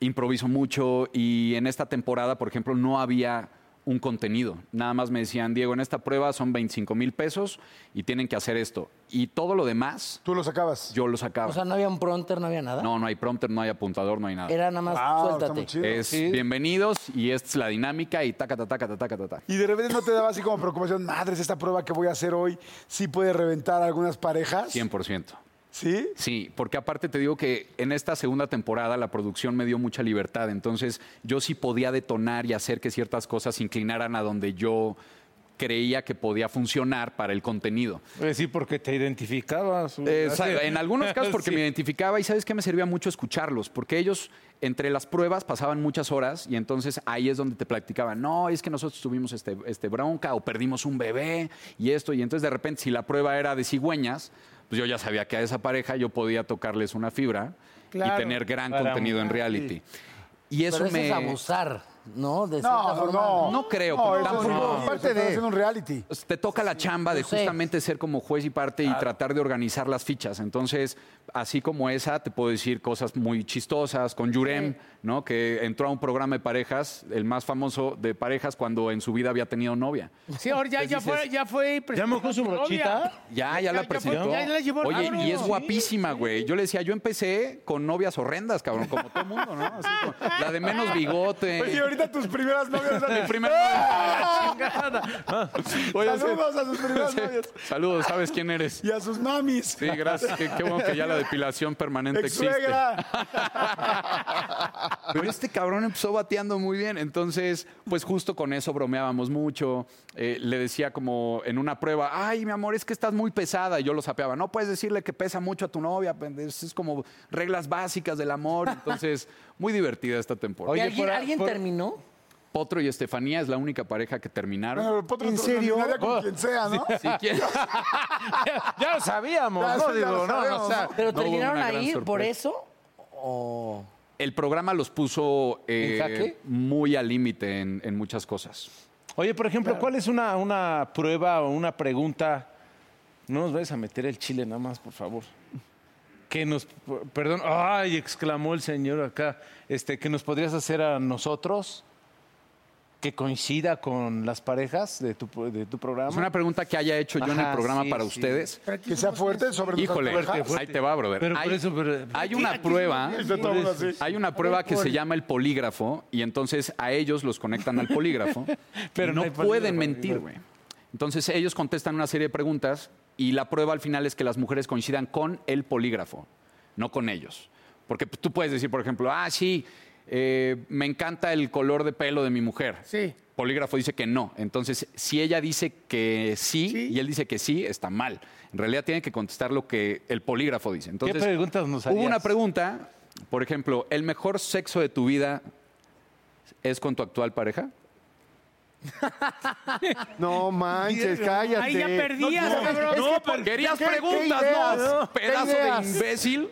improviso mucho y en esta temporada, por ejemplo, no había un contenido. Nada más me decían, Diego, en esta prueba son 25 mil pesos y tienen que hacer esto. Y todo lo demás,
Tú lo sacabas.
yo lo sacaba.
O sea, no había un pronter, no había nada.
no, no hay prompter, no hay apuntador, no hay nada.
Era nada más,
Ah, está muy
suéltate.
chido.
Es bienvenidos y esta es la dinámica y taca, taca, taca, taca, taca.
Y de repente no te daba así como preocupación, madres, esta prueba que voy a hacer hoy sí puede reventar a algunas parejas.
100%.
¿Sí?
Sí, porque aparte te digo que en esta segunda temporada la producción me dio mucha libertad, entonces yo sí podía detonar y hacer que ciertas cosas se inclinaran a donde yo creía que podía funcionar para el contenido.
Pues sí, porque te identificabas.
Eh, sa- en algunos
[laughs]
casos porque
Sí.
me identificaba y sabes que me servía mucho escucharlos, porque ellos entre las pruebas pasaban muchas horas y entonces ahí es donde te platicaban, no, es que nosotros tuvimos este, este bronca o perdimos un bebé y esto, y entonces de repente si la prueba era de cigüeñas, pues yo ya sabía que a esa pareja yo podía tocarles una fibra
Claro.
y tener gran
Para
contenido en
mudar,
reality. Y eso
Pero eso
me...
es abusar, ¿no? De
No,
cierta
no,
forma.
no.
No creo,
No,
pero
eso
tampoco-
no,
No,
parte de... haciendo un reality.
Pues, te toca la chamba de
Yo sé.
justamente ser como juez y parte y tratar de organizar las fichas. Entonces, así como esa, te puedo decir cosas muy chistosas con Yurem, ¿no? Que entró a un programa de parejas, el más famoso de parejas cuando en su vida había tenido novia.
Sí, ahora ya, ya, fue, ya fue. y presentó
mojó
a
su
novia.
brochita?
Ya, ya la
fue-
presentó.
ya la llevó.
Oye,
Claro.
y es
Sí,
guapísima, güey. Yo le decía, yo empecé con novias horrendas, cabrón, como todo mundo, ¿no? Así como la de menos bigote.
Pues
Oye, ahorita tus primeras novias.
Mi primer Oye,
Ah. Saludos a sus
[laughs]
primeras novias.
Saludos, ¿sabes quién eres?
Y a sus mamis.
Sí, gracias. Qué, qué bueno que ya la depilación permanente existe.
Ex-suegra. [laughs]
Pero este cabrón empezó bateando muy bien. Entonces, pues justo con eso bromeábamos mucho. Eh, le decía como en una prueba, ay, mi amor, es que estás muy pesada. Y yo lo sapeaba. No puedes decirle que pesa mucho a tu novia. pende- Es es como reglas básicas del amor. Entonces, muy divertida esta temporada.
¿Y
Oye,
¿Alguien,
fuera-
alguien
fuera-
terminó?
Potro y Estefanía es la única pareja que terminaron.
Bueno, Ah, Potro,
¿En
no-
serio?
nadie con quien sea, ¿no?
Si [laughs] quieres-
Ya lo sabíamos,
Ya,
¿no?
sí, ya
Digo,
lo
no,
sabemos,
o sea,
¿Pero
No hubo
terminaron
una gran
ahí por
sorpresa.
eso?
Oh.
¿O
El programa los puso eh,
¿En jaque?
muy al límite en- en muchas cosas.
Oye, por ejemplo, ¿cuál es una, una prueba o una pregunta? No nos vayas a meter el chile nada más, por favor. Que nos, perdón, ay, exclamó el señor acá, este, que nos podrías hacer a nosotros que coincida con las parejas de tu, de tu programa.
Es una pregunta que haya hecho yo en el
Ajá,
programa
sí,
para
sí.
ustedes.
Que sea fuerte sobre nuestras
Híjole,
parejas.
fuerte, fuerte.
ahí te va, brother.
Pero
hay,
por eso, pero-
hay una prueba,
Está todo mundo así.
hay una prueba que se llama el polígrafo y entonces a ellos los conectan al polígrafo,
[laughs]
Pero
pero
no
no,
hay polígrafo,
pueden mentir, güey. Entonces ellos contestan una serie de preguntas y la prueba al final es que las mujeres coincidan con el polígrafo, no con ellos. Porque tú puedes decir, por ejemplo, ah, sí, eh, me encanta el color de pelo de mi mujer.
Sí.
Polígrafo dice que no. Entonces, si ella dice que sí, y él dice que sí, está mal. En realidad tiene que contestar lo que el polígrafo dice. Entonces,
preguntas nos
Hubo
harías?
una pregunta, por ejemplo, ¿el mejor sexo de tu vida es con tu actual pareja?
No manches, cállate.
Ahí ya perdías,
No, no,
cabrón.
es que
No,
por-
Querías
¿qué- qué
preguntas,
ideas?
¿no?
¿Qué
Pedazo de
ideas?
imbécil.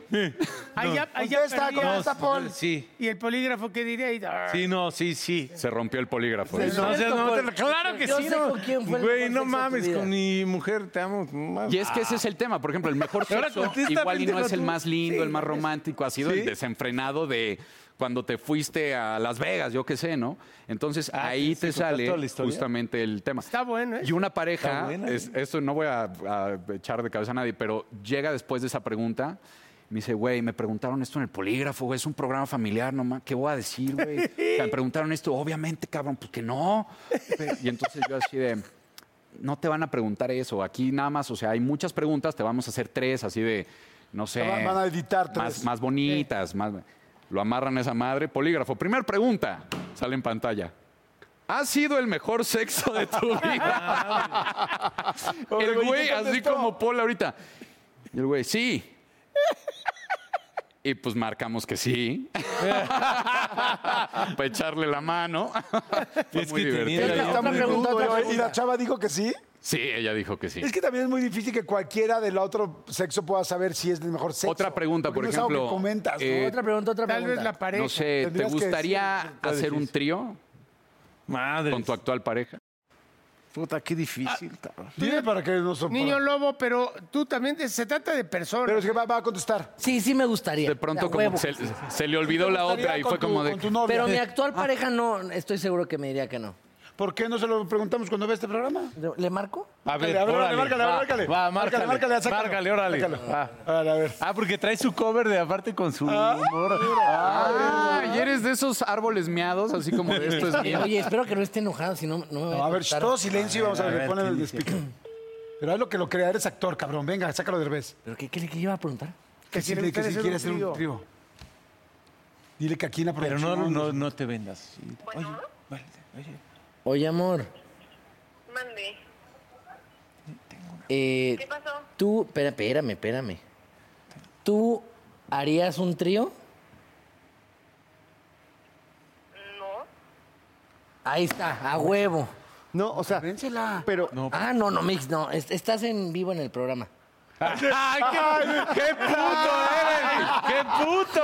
Ahí ya, ahí ya
Contesta,
perdías.
contesta, Paul.
Pues,
Sí,
Y el polígrafo, ¿qué diría? Y-
ah,
sí, no, sí, sí.
Se rompió el polígrafo.
Entonces,
Pues No,
no,
Paul.
te- claro que
Yo
sí.
sé
no.
con quién fue el mejor
Güey, no
sexo de tu
mames,
vida.
con mi mujer te amo. más.
Y es que ese es el tema. Por ejemplo, el mejor
[laughs] Ahora
sexo
contéstame,
igual y no es el
tú.
más lindo, el más romántico. Ha sido
Sí.
el desenfrenado de cuando te fuiste a Las Vegas, yo qué sé, ¿no? Entonces ahí
Ah, sí,
te
sí, contar
sale
toda la historia.
justamente el tema.
Está bueno, ¿eh?
Y una pareja,
Está buena, ¿eh?
es- esto no voy a, a echar de cabeza a nadie, pero llega después de esa pregunta. y Me dice, güey, me preguntaron esto en el polígrafo, güey, es un programa familiar, no ma- ¿qué voy a decir, güey?
[laughs]
O sea, me preguntaron esto, obviamente, cabrón, pues que no. Y entonces yo así de, no te van a preguntar eso, aquí nada más, o sea, hay muchas preguntas, te vamos a hacer tres, así de, no sé.
Van- van a editar tres.
Más, más bonitas, más... Lo amarran a esa madre, polígrafo. Primer pregunta, sale en pantalla. ¿Ha sido el mejor sexo de tu
[laughs]
vida? el güey, así como Paul ahorita. Y el güey, sí. Y pues marcamos
[laughs]
que sí. [laughs] Para echarle la mano. Fue
Es
muy
que tenía-
divertido.
Está muy
pregunta,
rudo,
otra
¿eh? ¿Y la chava dijo que sí?
Sí, ella dijo que sí.
Es que también es muy difícil que cualquiera del otro sexo pueda saber si es el mejor sexo.
Otra pregunta,
Porque
por
no es algo
ejemplo,
que comentas, ¿no?
eh,
Otra pregunta, otra
Tal
pregunta.
vez la pareja.
No sé, ¿te
Tendrías que
gustaría
decir,
hacer un trío
Madre.
con tu actual pareja?
Puta, qué difícil. cabrón.
Dime para que no sopa.
Niño lobo, pero tú también te- se trata de personas.
Pero es que va, va a contestar.
Sí, sí me gustaría.
De pronto
A
como
huevo.
se, se le olvidó la otra y
Con
fue
tu-
como de...
Con tu novia. [laughs]
[laughs]
Pero mi actual
Ah.
pareja no, estoy seguro que me diría que no.
¿Por qué no se lo preguntamos cuando ve este programa?
¿Le marco?
A ver,
a ver,
órale,
márcale,
va,
márcale.
Va,
Márcale,
márcale,
márcale, sácalo.
márcale, órale.
Sácalo.
Va.
A ver, a ver.
Ah, porque trae su cover de aparte con su humor.
Ah, y eres de esos árboles meados, así como de esto
[laughs]
es mío.
[laughs] Oye, espero que no esté enojado, si no, no me va
No, a ver, sh,
cortar.
todo silencio y vamos a
A
ver,
ver,
ponen
¿quién
el
dice?
despique. Pero haz lo que lo crea, eres actor, cabrón. Venga, sácalo de revés.
¿Pero qué, qué, qué iba a preguntar?
Que si, que si quiere hacer un trío. Dile que aquí en la
Pero
producción...
no, no, no te vendas. Oye, vale, oye.
Oye, amor,
Mande.
eh,
¿Qué pasó?
tú, espera- espérame, espérame. ¿Tú harías un trío?
No.
Ahí está, a huevo.
No, o sea, pero
pues.
Ah, no, no, Mix, no, es- estás en vivo en el programa.
Ah. ¡Ay, qué, qué puto eres! ¡Qué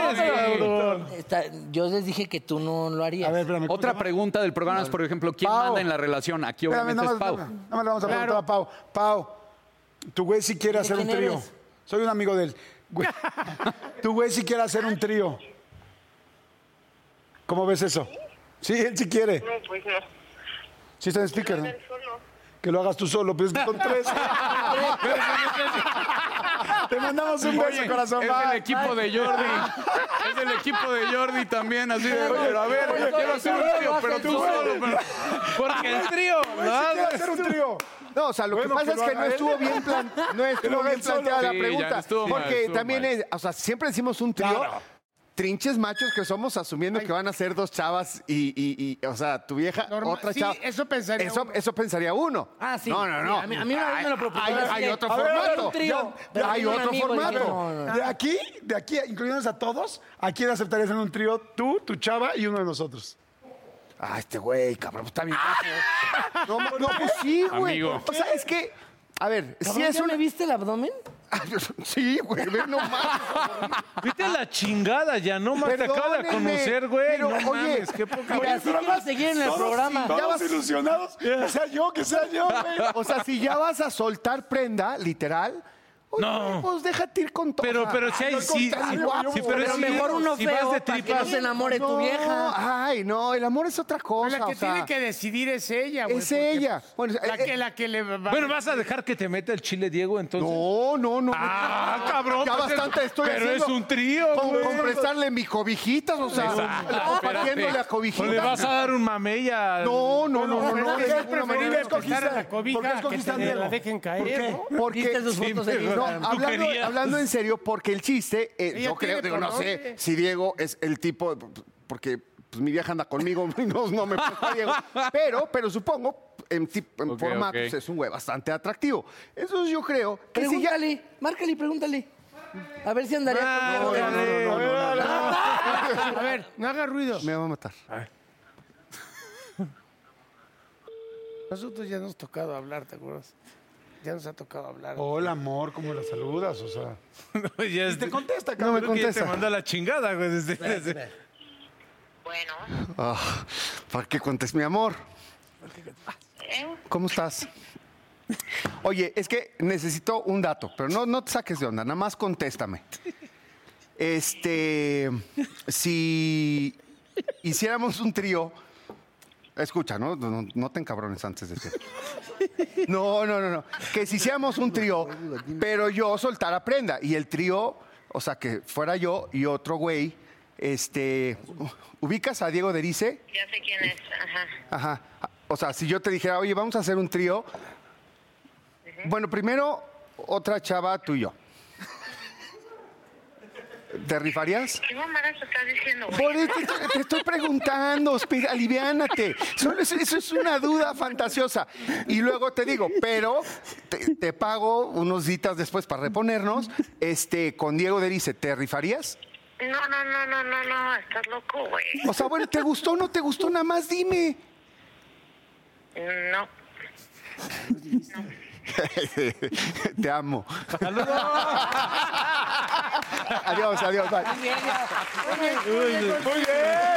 puto eres, cabrón!
Está- yo les dije que tú no lo harías.
A ver, espérame. ¿cómo se
Otra
llama?
pregunta del programa es, por ejemplo, ¿quién
Pau.
manda en la relación? Aquí
Espérame,
obviamente
nada
es
más,
Pau.
nada más le vamos a preguntar a Pau. Pau, tu güey si quiere
¿De
hacer un
quién
trío.
eres?
Soy un amigo de él.
[laughs]
Güey, tu güey si quiere hacer un trío. ¿Cómo ves eso? Sí, él sí quiere.
No, pues no.
Sí está en speaker, ¿no?
Él solo.
Que lo hagas tú solo, pero es que con
[laughs]
[laughs]
tres. Te mandamos un beso, corazón.
es el
bye.
equipo de Jordi. Es el equipo de Jordi también, así de... Oye, pero a ver, yo quiero hacer un trío, pero tú solo. pero-
Ah,
Porque el trío,
Güey, sí quiere
¿no?
hacer un trío.
No, o sea, lo
Bueno,
que pasa
que lo
es que
haga
no
él.
estuvo bien,
[laughs]
plan- no estuvo
haga
bien
él solo.
planteada
Sí,
la
ya
pregunta.
estuvo mal,
porque
estuvo
también
mal.
es, o sea, siempre decimos un trío. Trinches machos que somos asumiendo que van a ser dos chavas y, y- y, o sea, tu vieja,
Normal.
otra
Sí,
chava.
eso pensaría
eso,
uno.
eso pensaría uno.
Ah, sí.
No, no,
Sí,
no.
a mí- a mí una vez
Hay-
me lo propusieron,
Hay,
así
hay
de,
otro
a ver, a ver,
formato.
un trío.
Ya-
Pero
hay
tengo un
otro
amigo, dije,
formato.
no, no, no.
De aquí, de aquí, incluyéndonos a todos, ¿a quién aceptarías en un trío? Tú, tu chava y uno de nosotros. Ah.
Ah, este güey, cabrón, está bien. guapo. No, ma- no, pues sí, güey.
Amigo.
O sea, es que, a ver, si
Cabrón,
es
¿ya me
una...
viste el abdomen?
sí, güey, ve, no
[laughs]
mames.
Vete a la chingada ya, no más te acabo de
Perdónenme,
conocer, güey.
pero,
No
oye,
mames, qué poca
Mira, sí quiero seguir en el programa.
Ya vas ilusionados. Que sea yo, que sea yo, güey.
[laughs] O sea, si ya vas a soltar prenda, literal, oye,
No.
pues déjate ir con todo.
Pero, pero si
Ay,
hay,
al
sí, sí,
contrario, yo-
sí, pero,
Pero
sí,
mejor uno
si
feo
vas de
para que no
tripas,
se enamore tu
No,
vieja.
Ay, no, el amor es otra cosa.
la que
o sea,
tiene que decidir es ella, güey.
es
porque pues,
ella. Bueno,
La
eh,
que,
eh,
la que le va...
Bueno, ¿vas a dejar que te meta el chile, Diego, entonces?
No, no, no.
Ah, cabrón,
Ya
pues
bastante
es-
estoy
pero
haciendo.
es un trío,
Con,
güey.
con prestarle mis cobijitas, o sea,
Exacto, espérate.
partiéndole a
¿O le vas
cobijitas.
a dar un mamella?
No, no, no, no,
Pero
no. de
es
ninguna
preferible
manera.
escoger a la
¿Por qué
cobija que
escogiste a
te la
Diego?
dejen caer,
¿Por qué?
¿no?
¿Viste
Porque
sus fotos de
pero
No,
Instagram?
Tú
hablando,
querías.
hablando en serio, porque el chiste, eh,
Ella
yo creo,
tiene
digo, no
color,
sé
eh.
si Diego es el tipo, porque pues, mi vieja anda conmigo, [laughs] no, no me presta Diego, pero, pero supongo, en, tip- en
Ok,
formatos
ok.
es un güey bastante atractivo. Eso yo creo que si ya...
Pregúntale, márcale y pregúntale. A ver si andaría conmigo.
¡Ah! A ver, no haga ruido.
Me va a matar.
Nosotros ya nos ha tocado hablar, ¿te acuerdas? Ya nos ha tocado hablar.
Hola, amor, ¿cómo la saludas? O
[laughs]
sea.
Y te
contesta,
cabrón.
me
Creo que ya
contesta.
te manda la chingada, güey. desde- desde-
Ah, ¿Para qué cuentes, mi amor?
Eh,
¿Cómo estás? Oye, es que necesito un dato, pero no, no te saques de onda, nada más contéstame. Este, si hiciéramos un trío, escucha, ¿no? No, no te encabrones antes de que. No, no, no, no. Que si hiciéramos un trío, pero yo soltara prenda. Y el trío, o sea, que fuera yo y otro güey, este. ¿Ubicas a Diego Derice?
Ya sé quién es. Ajá.
Ajá. O sea, si yo te dijera, oye, vamos a hacer un trío. Bueno, primero, otra chava, tú y yo. ¿Te rifarías?
¿Qué mamadas estás diciendo, güey?
Por eso te, te estoy preguntando, espera, aliviánate. Solo es- eso es una duda fantasiosa. Y luego te digo, pero te, te pago unos días después para reponernos. Este, con Diego Derice, ¿te rifarías?
No, no, no, no, no, no. Estás loco, güey.
O sea, bueno, ¿te gustó o no te gustó? Nada más dime.
No.
[laughs] Te amo. [laughs] adiós, adiós, bye.
Muy bien, bien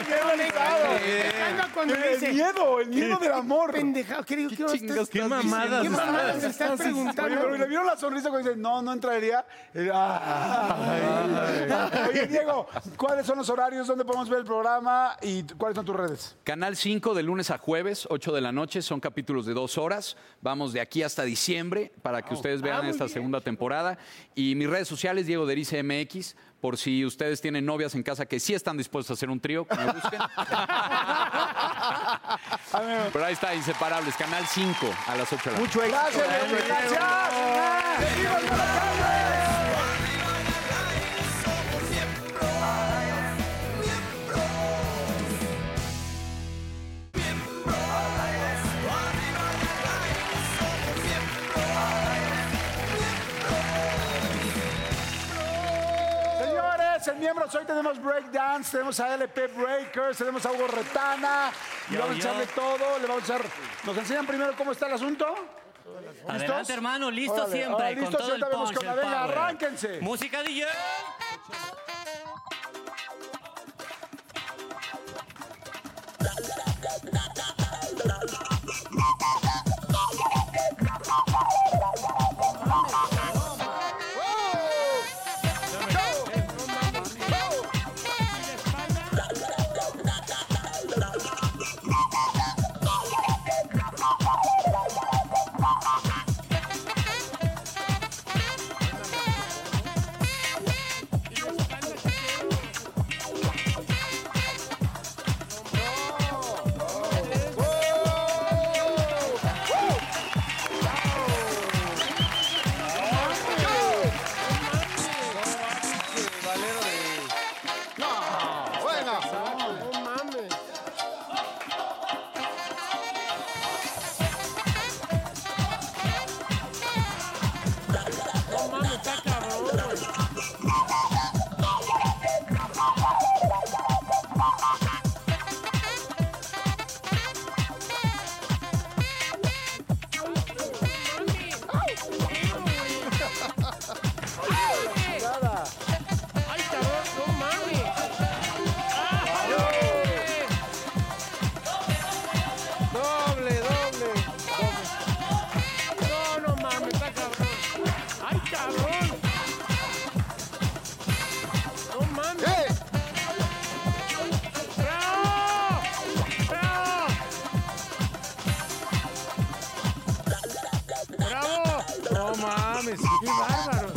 realizado.
Me encanta cuando
El
dice,
miedo, el miedo del amor.
Pendeja, ¿qué, qué,
chingas
qué
estás
mamadas
diciendo?
estás- me estás
Oye,
preguntando?
pero le vieron la sonrisa cuando dice, no, no entraría. Eh, ah. Oye, Diego, ¿cuáles son los horarios? ¿Dónde podemos ver el programa? ¿Y t- cuáles son tus redes?
Canal 5 de lunes a jueves, 8 de la noche, son capítulos de dos horas. Vamos de aquí hasta diciembre para que
Oh.
ustedes
Ah,
vean esta segunda temporada. Y mis redes sociales, Diego Derice MX, por si ustedes tienen novias en casa que sí están dispuestos a hacer un trío, que me
[laughs]
busquen. Pero ahí está, Inseparables, Canal 5 a las 8 de la noche.
gracias, Diego, gracias. Seguimos por las calles. Señores, en miembros hoy tenemos breakdance, tenemos a LP Breakers, tenemos a Hugo Retana, y
Yo,
vamos a
yo.
echarle todo, le vamos a echar. ¿Nos enseñan primero cómo está el asunto? ¿Listos?
Adelante, hermano, listo
Órale,
siempre.
órale,
con
listo
todo el
siempre, vamos
punch,
con la
el
vela,
power.
arránquense.
Música DJ.
Doble, doble. No, no mames, está cabrón. ¡Ay, cabrón! ¡No mames! ¡Bravo! ¡Bravo! ¡Bravo! ¡No mames! ¡Qué bárbaro!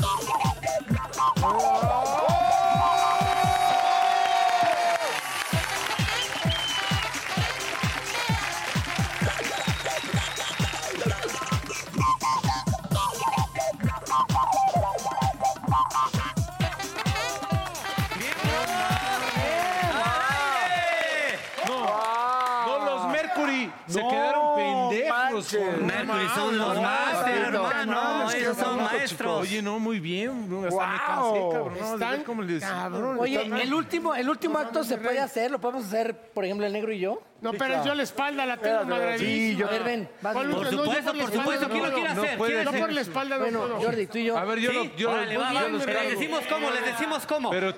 No, los Mercury se
No,
quedaron pendejos.
manches.
con-
Mercury son los
No,
maestros,
papito.
hermano,
No, es que
ellos son
están locos,
maestros.
chicos. Oye, no, muy bien. No, hasta me cansé, cabrón. No,
Están
de ver cómo les-
cabrón. Oye, el último, el último acto se puede hacer, lo podemos hacer, por ejemplo, el negro y yo.
No,
Sí,
pero
claro.
yo la espalda la [laughs] tengo
Espérate,
madradísima.
sí, yo-
A ver, ven, vas, Ponle
Por
un- no, yo
supuesto,
la
por
espalda
supuesto,
no
¿quién lo
puedo.
quiere
No
hacer?
puedo.
¿Quién
Yo
hacer?
por la espalda no
Bueno,
puedo.
Jordi,
tú y yo.
A ver, yo
¿Sí?
lo- yo
Órale,
lo-
va,
yo
va,
lo
Les
traigo.
decimos cómo, les decimos cómo.
Pero,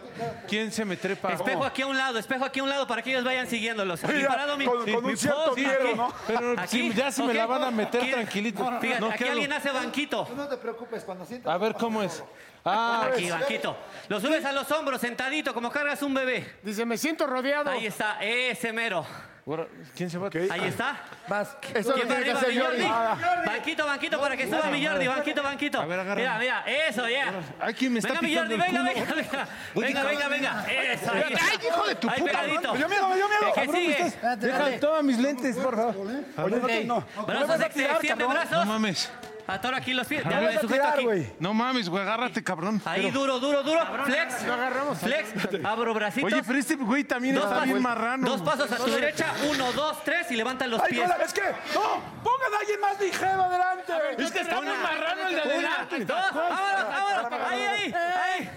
¿quién se me trepa?
Espejo aquí a un lado, espejo aquí a un lado para que ellos vayan siguiéndolos. Aquí
Mira,
parado mi,
con-
mi
con un
pos,
cierto
aquí.
miedo, ¿no? Pero
Aquí,
si ya se me
ok.
la van a meter
Aquí-
tranquilito.
Fíjate,
No,
aquí
¿qué hago?
alguien hace banquito.
Tú no te preocupes, cuando sientas...
A ver, ¿cómo es? Ah,
aquí,
es-
banquito. Lo subes a los hombros, sentadito, como cargas un bebé.
Dice, me siento rodeado.
Ahí está, ese mero.
Ahora, ¿Quién se va?
Ahí está.
Vas.
Eso
¿Quién
lo
va
tiene que
arriba,
hacer
mi Jordi?
Jordi. Ah.
Banquito, banquito, para que suba mi Jordi. Banquito, banquito. Mira, mira, eso, ya.
Aquí me está
Venga, mi Jordi,
picando el
venga,
culo.
venga, venga.
Voy
Venga, venga,
picando.
venga. Eso, ahí.
¡Ay, hijo de tu
Ahí
puta!
pegadito.
¡Me dio miedo, me dio miedo!
El que
Cabrón,
sigue.
estás- Deja, toma mis lentes, por favor.
Oye, no te- no. Brazos
me vas a
extra,
tirar,
extiende
cabrón.
brazos.
No mames.
Atoro aquí los pies.
No
Ya
me
lo
vas a
sujeto
tirar,
aquí.
güey. No mames, güey, agárrate, cabrón.
Ahí,
Pero-
duro, duro, duro.
Cabrón,
Flex.
lo agarramos.
Flex. Abro bracitos.
Oye, pero este güey también
Dos
está
pas-
bien marrano.
Dos pasos a tu derecha. Uno, dos, tres y levanta los
Ay,
pies.
no, es que-
¡No!
¡Pongan a alguien más ligero adelante!
Es que está muy marrano el de adelante. Dos, vámonos, vámonos. Ahí, ahí, ahí.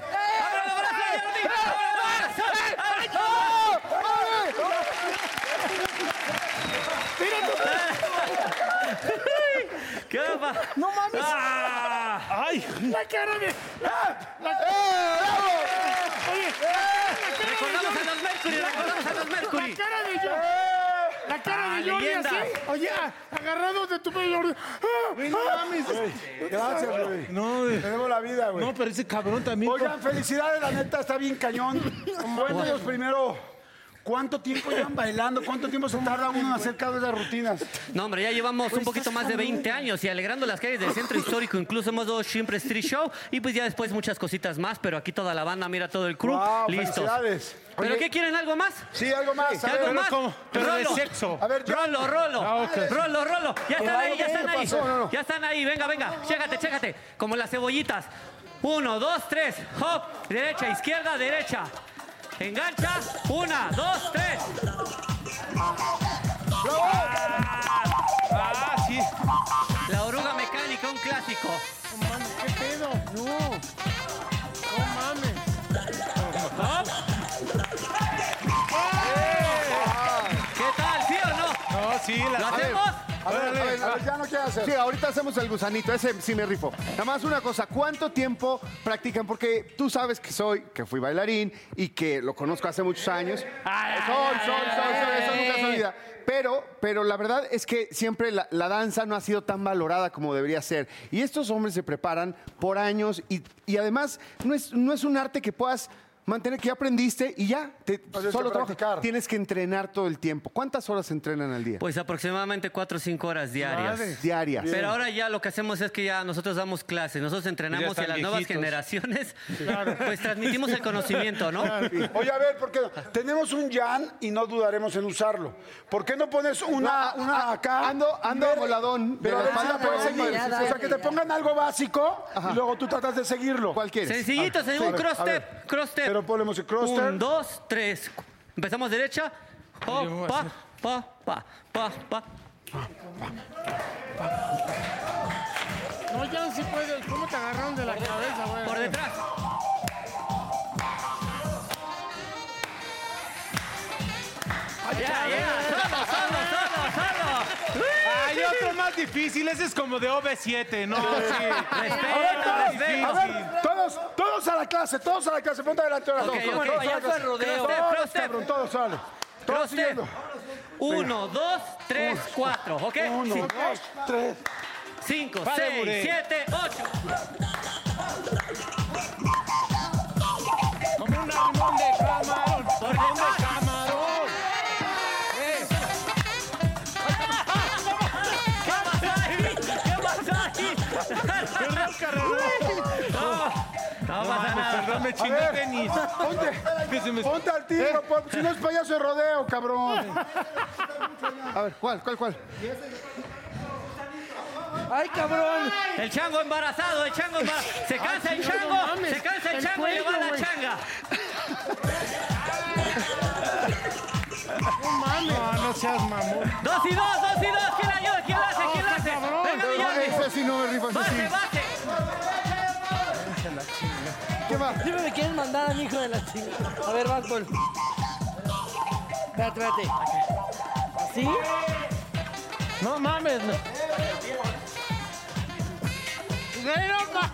¿Qué ¡Ah! va?
¡No mames!
¡Ay!
¡La cara de... ¡Ah! ¡La
¡Eh!
cara ¡Oye!
¡Recordamos a los Mercury! ¡Recordamos a los Mercury!
La cara de yo. La cara
Ah,
de Jordi
leyenda.
así. Oye, ah, agarrado de tu pelo. Jordi. Ah, ah.
Gracias, güey.
No,
Tenemos la vida, güey.
No, pero ese cabrón también.
Oigan, felicidades, la neta, está bien cañón.
[laughs]
Bueno, ellos primero. ¿Cuánto tiempo llevan bailando? ¿Cuánto tiempo se tarda uno en hacer cada de las rutinas?
No, hombre, ya llevamos un poquito más de 20 años y alegrando las calles del centro histórico. Incluso hemos dado siempre Street Show y pues ya después muchas cositas más. Pero aquí toda la banda, mira todo el crew.
Guau,
listos.
felicidades.
¿Pero
Oye.
qué quieren? ¿Algo más?
Sí, algo más.
Sí,
a
¿Algo
ver.
más?
pero de
Rolo.
sexo.
A ver, yo-
Rolo, rolo.
Ah, ok.
Rolo, rolo. Ya
Que
están ahí, ya
baile,
están
¿qué
ahí.
pasó? No, no.
Ya están ahí. Venga, venga. Chécate, chécate. Como las cebollitas. Uno, dos, tres. Hop. Derecha, izquierda, derecha. Engancha. Una, dos, tres.
Ah, sí.
La oruga mecánica, un clásico.
No mames, ¿Qué pedo? No. No mames.
Hop. ¿Qué tal? ¿Sí o no?
No, sí,
la- ¿Lo
A ver,
hacemos?
A ver, a ver, a
Ah.
ver, ya no quiero hacer. Sí, ahorita hacemos el gusanito, ese sí me rifo. Nada más una cosa, ¿cuánto tiempo practican? Porque tú sabes que soy, que fui bailarín y que lo conozco hace muchos años. Sol, sol, sol, sol, eso nunca se olvida. Pero, pero la verdad es que siempre la, la danza no ha sido tan valorada como debería ser. Y estos hombres se preparan por años y, y además no es, no es un arte que puedas mantener, que ya aprendiste y ya, te-
O sea, es
solo
que
trabajas.
practicar.
Tienes que entrenar todo el tiempo. ¿Cuántas horas entrenan al día?
Pues aproximadamente 4 o 5 horas diarias.
Madre. Diarias.
Pero
Bien.
ahora ya lo que hacemos es que ya nosotros damos clases, nosotros entrenamos y a
están
las nuevas
viejitos.
generaciones [laughs] pues transmitimos el conocimiento, ¿no?
[laughs] Oye, a ver, ¿por qué no? Tenemos un Jan y no dudaremos en usarlo. ¿Por qué no pones una,
No,
una
a-
acá?
ando- ando
Ver-
voladón de
Pero
la
a ver si
espalda,
la puedes
pero
seguir.
ya,
o sea,
dale,
que te pongan algo básico y luego tú tratas de seguirlo. ¿Cuál
quieres?
Sencillito,
Ah,
sencillo,
sí.
un cross
A ver.
step, cross step.
Pero ponemos el cross step.
Un, dos, tres. Empezamos derecha.
Yo me voy
Oh,
a
pa,
hacer-
pa, pa, pa, pa.
No, ya no se puede. ¿Cómo te agarraron de la cabeza, güey?
Por detrás. Ya, ya. Solo, solo, solo, solo.
Hay otro más difícil, ese es como de OV7, ¿no? Sí.
A ver, todos,
Respeto, respeto.
a ver, todos, todos a la clase, todos a la clase, ponte adelante ahora.
Ok,
todos,
ok,
todos a la
payaso
clase.
de rodeo. Cross
Todos,
step.
cabrón, todos, sale. Todos
Cross step.
siguiendo.
Uno, dos, tres, cuatro, ¿ok?
Uno,
Sí.
dos, tres.
Cinco,
Vale,
seis,
Mure.
siete, ocho.
Como un limón de camarón.
Por
limón
detrás.
de camarón.
¿Qué pasa ahí? ¿Qué pasa ahí?
Perdón, carnal.
No, no pasa nada.
Perdón, me
A
chingué
ver,
tenis.
ponte,
Que se me-
ponte al tiro, po- si no es payaso de rodeo, cabrón. [laughs]
A ver, ¿cuál, cuál, cuál?
¡Ay, cabrón!
El chango embarazado, el
[laughs]
chango embarazado. Se cansa el
sí, no
chango,
mames.
se cansa el,
El
chango y le va
cuello,
la
güey. [laughs]
changa.
No mames.
No, no seas mamón. Ah,
Dos y dos, dos y dos. ¿Quién la ayuda? ¿Quién la hace? ¿Quién
Ah,
la hace?
cabrón.
Venga, mi Jordi.
Ese sí no me rifo, ese sí.
Bate, bate.
¿Qué va?
Siempre me quieren mandar a mi hijo de la chingada. A ver, vas, Paul. Espérate, espérate.
¿Sí?
No mames. no.
Güey, no ma-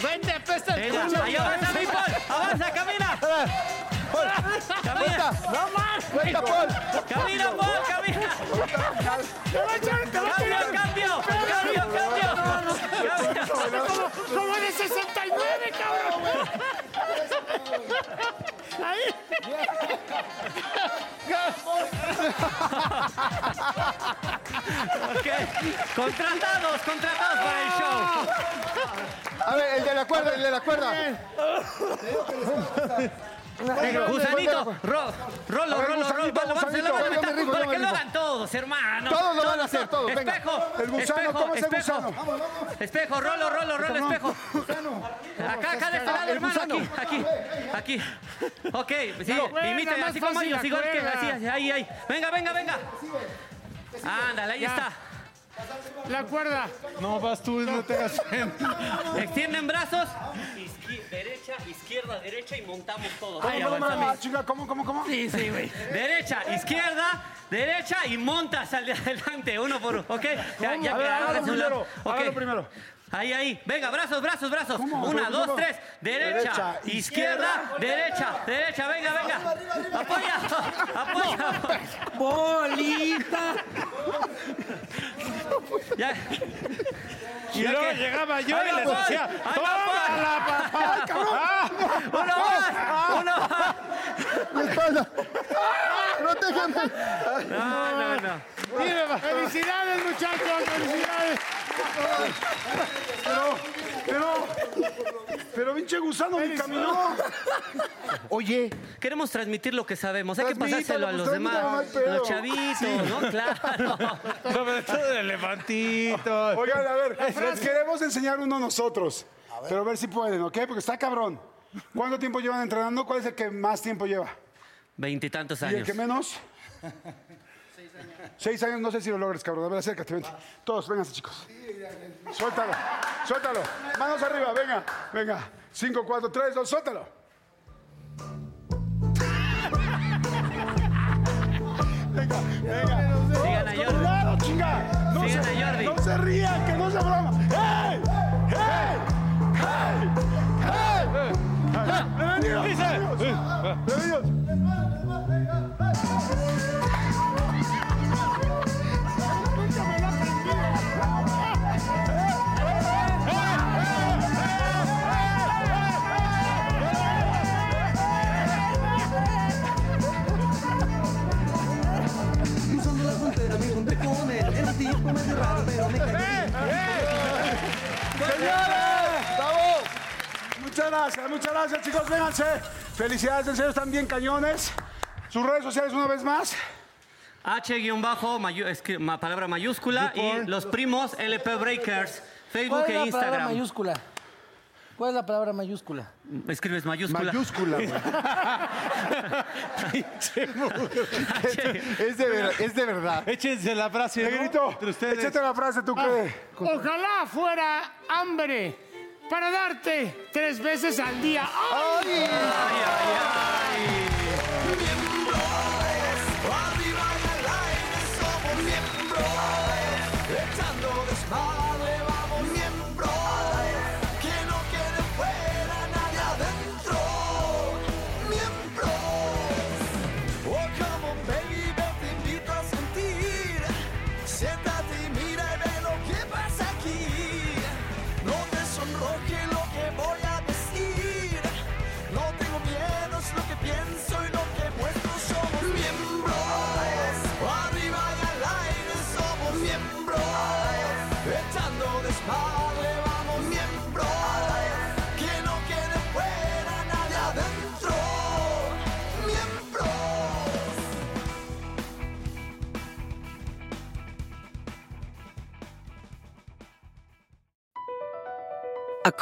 Vente, apesta el
Venga,
culo.
ahí avanza, mi Paul. Avanza, camina.
Paul,
Camina.
vuelta. No más. Vuelta,
Paul.
Paul.
Camina, Paul, camina.
Te va a echar, te va a
Cambio,
tirar.
cambio, cambio, cambio.
No, no, no. Como- Como de 69, cabrón.
[laughs]
Ahí.
Ok. Contratados, contratados para el show.
A ver, el de la cuerda, el de la cuerda.
Venga, Gusanito, ro- rolo,
A ver,
rolo, rolo,
gusanito,
va- lo vamos a
gusanito,
lo van a
yo me
meter,
rijo, yo
para
me
que lo
rijo.
hagan todos, hermano.
Todos lo van a hacer, todos, venga.
Espejo,
El gusano,
espejo,
¿cómo es el
espejo,
gusano?
Espejo, rolo, rolo, rolo, espejo. Acá, acá de este lado,
El
hermano,
gusano.
aquí, aquí, aquí. Ok, sí,
Venga,
imiten,
más
así como
fácil
ellos,
la
igual que,
cuerda.
así, así, ahí, ahí. Venga, venga, venga. Ándale, ahí
Ya.
está.
La cuerda.
No, vas tú, no te hagas
Extienden brazos. Izquier- derecha, izquierda, derecha y montamos todos.
¿Cómo,
Ahí,
cómo,
avanzamos.
Ah,
mamá? Chica, ¿cómo, cómo, cómo?
Sí, sí, güey. Derecha, izquierda, derecha y montas al de adelante, uno por uno, ¿ok? Ya, ya,
A ver, hágalo
háganse un lado.
primero,
Ok.
hágalo primero.
Ahí, ahí. Venga, brazos, brazos, brazos. Una,
Pero
dos,
primero.
tres. Derecha,
Derecha,
izquierda, derecha, derecha. Venga, venga. Apoya, apoya.
¡Bolita!
Ya.
Y luego llegaba yo y
Ahí
le
va,
decía,
ahí va,
¡Tómala, papá!
Ah. Uno más, uno más.
Mi espalda. Protéjanme.
No, no, no.
Mire, va. ¡Felicidades, muchachos! ¡Felicidades!
Pero, pero, pero pinche gusano me caminó.
Oye,
Queremos transmitir lo que sabemos. Hay que pasárselo
Transmítalo,
a
pues,
los demás.
transmítalo, no hay pedo.
Los chavitos, ¿no? Claro.
Sobre todo de elefantitos.
Oigan, a ver, les queremos enseñar uno nosotros. Pero a ver si pueden, ¿ok? Porque está cabrón. ¿Cuánto tiempo llevan entrenando? ¿Cuál es el que más tiempo lleva?
Veintitantos
¿Y el
años.
que menos? Seis años, no sé si lo logres, cabrón. A ver, acércate, vente. Todos, vénganse, chicos. Suéltalo, suéltalo. Manos arriba, venga, venga. Cinco, cuatro, tres, dos, suéltalo. Venga, venga.
Sigan a Jordi.
¡Tornado, chinga! No
Sigan
se,
a Jordi.
no se rían, que no se broma. ¡Hey! ¡Hey! ¡Hey! ¡Hey! ¡Bienvenidos! ¡Bienvenidos! ¡Bienvenidos! ¡Señores! ¡Bravo! Muchas gracias, muchas gracias, chicos. Vénganse. Felicidades, en serio, están bien cañones. Sus redes sociales una vez más.
H guión bajo, mayu- escri- ma- palabra mayúscula y los primos LP Breakers, Facebook
¿Cuál
e
es la palabra
Instagram.
mayúscula? ¿Cuál es la palabra mayúscula?
Escribes mayúscula.
Mayúscula,
[laughs]
[laughs]
[laughs]
güey. Es de, ver- es de verdad.
Échense la frase. ¿no?
Negrito,
Entre ustedes. Ah.
échate la frase, ¿tú qué?
Ojalá fuera hambre para darte tres veces al día. ¡Ay!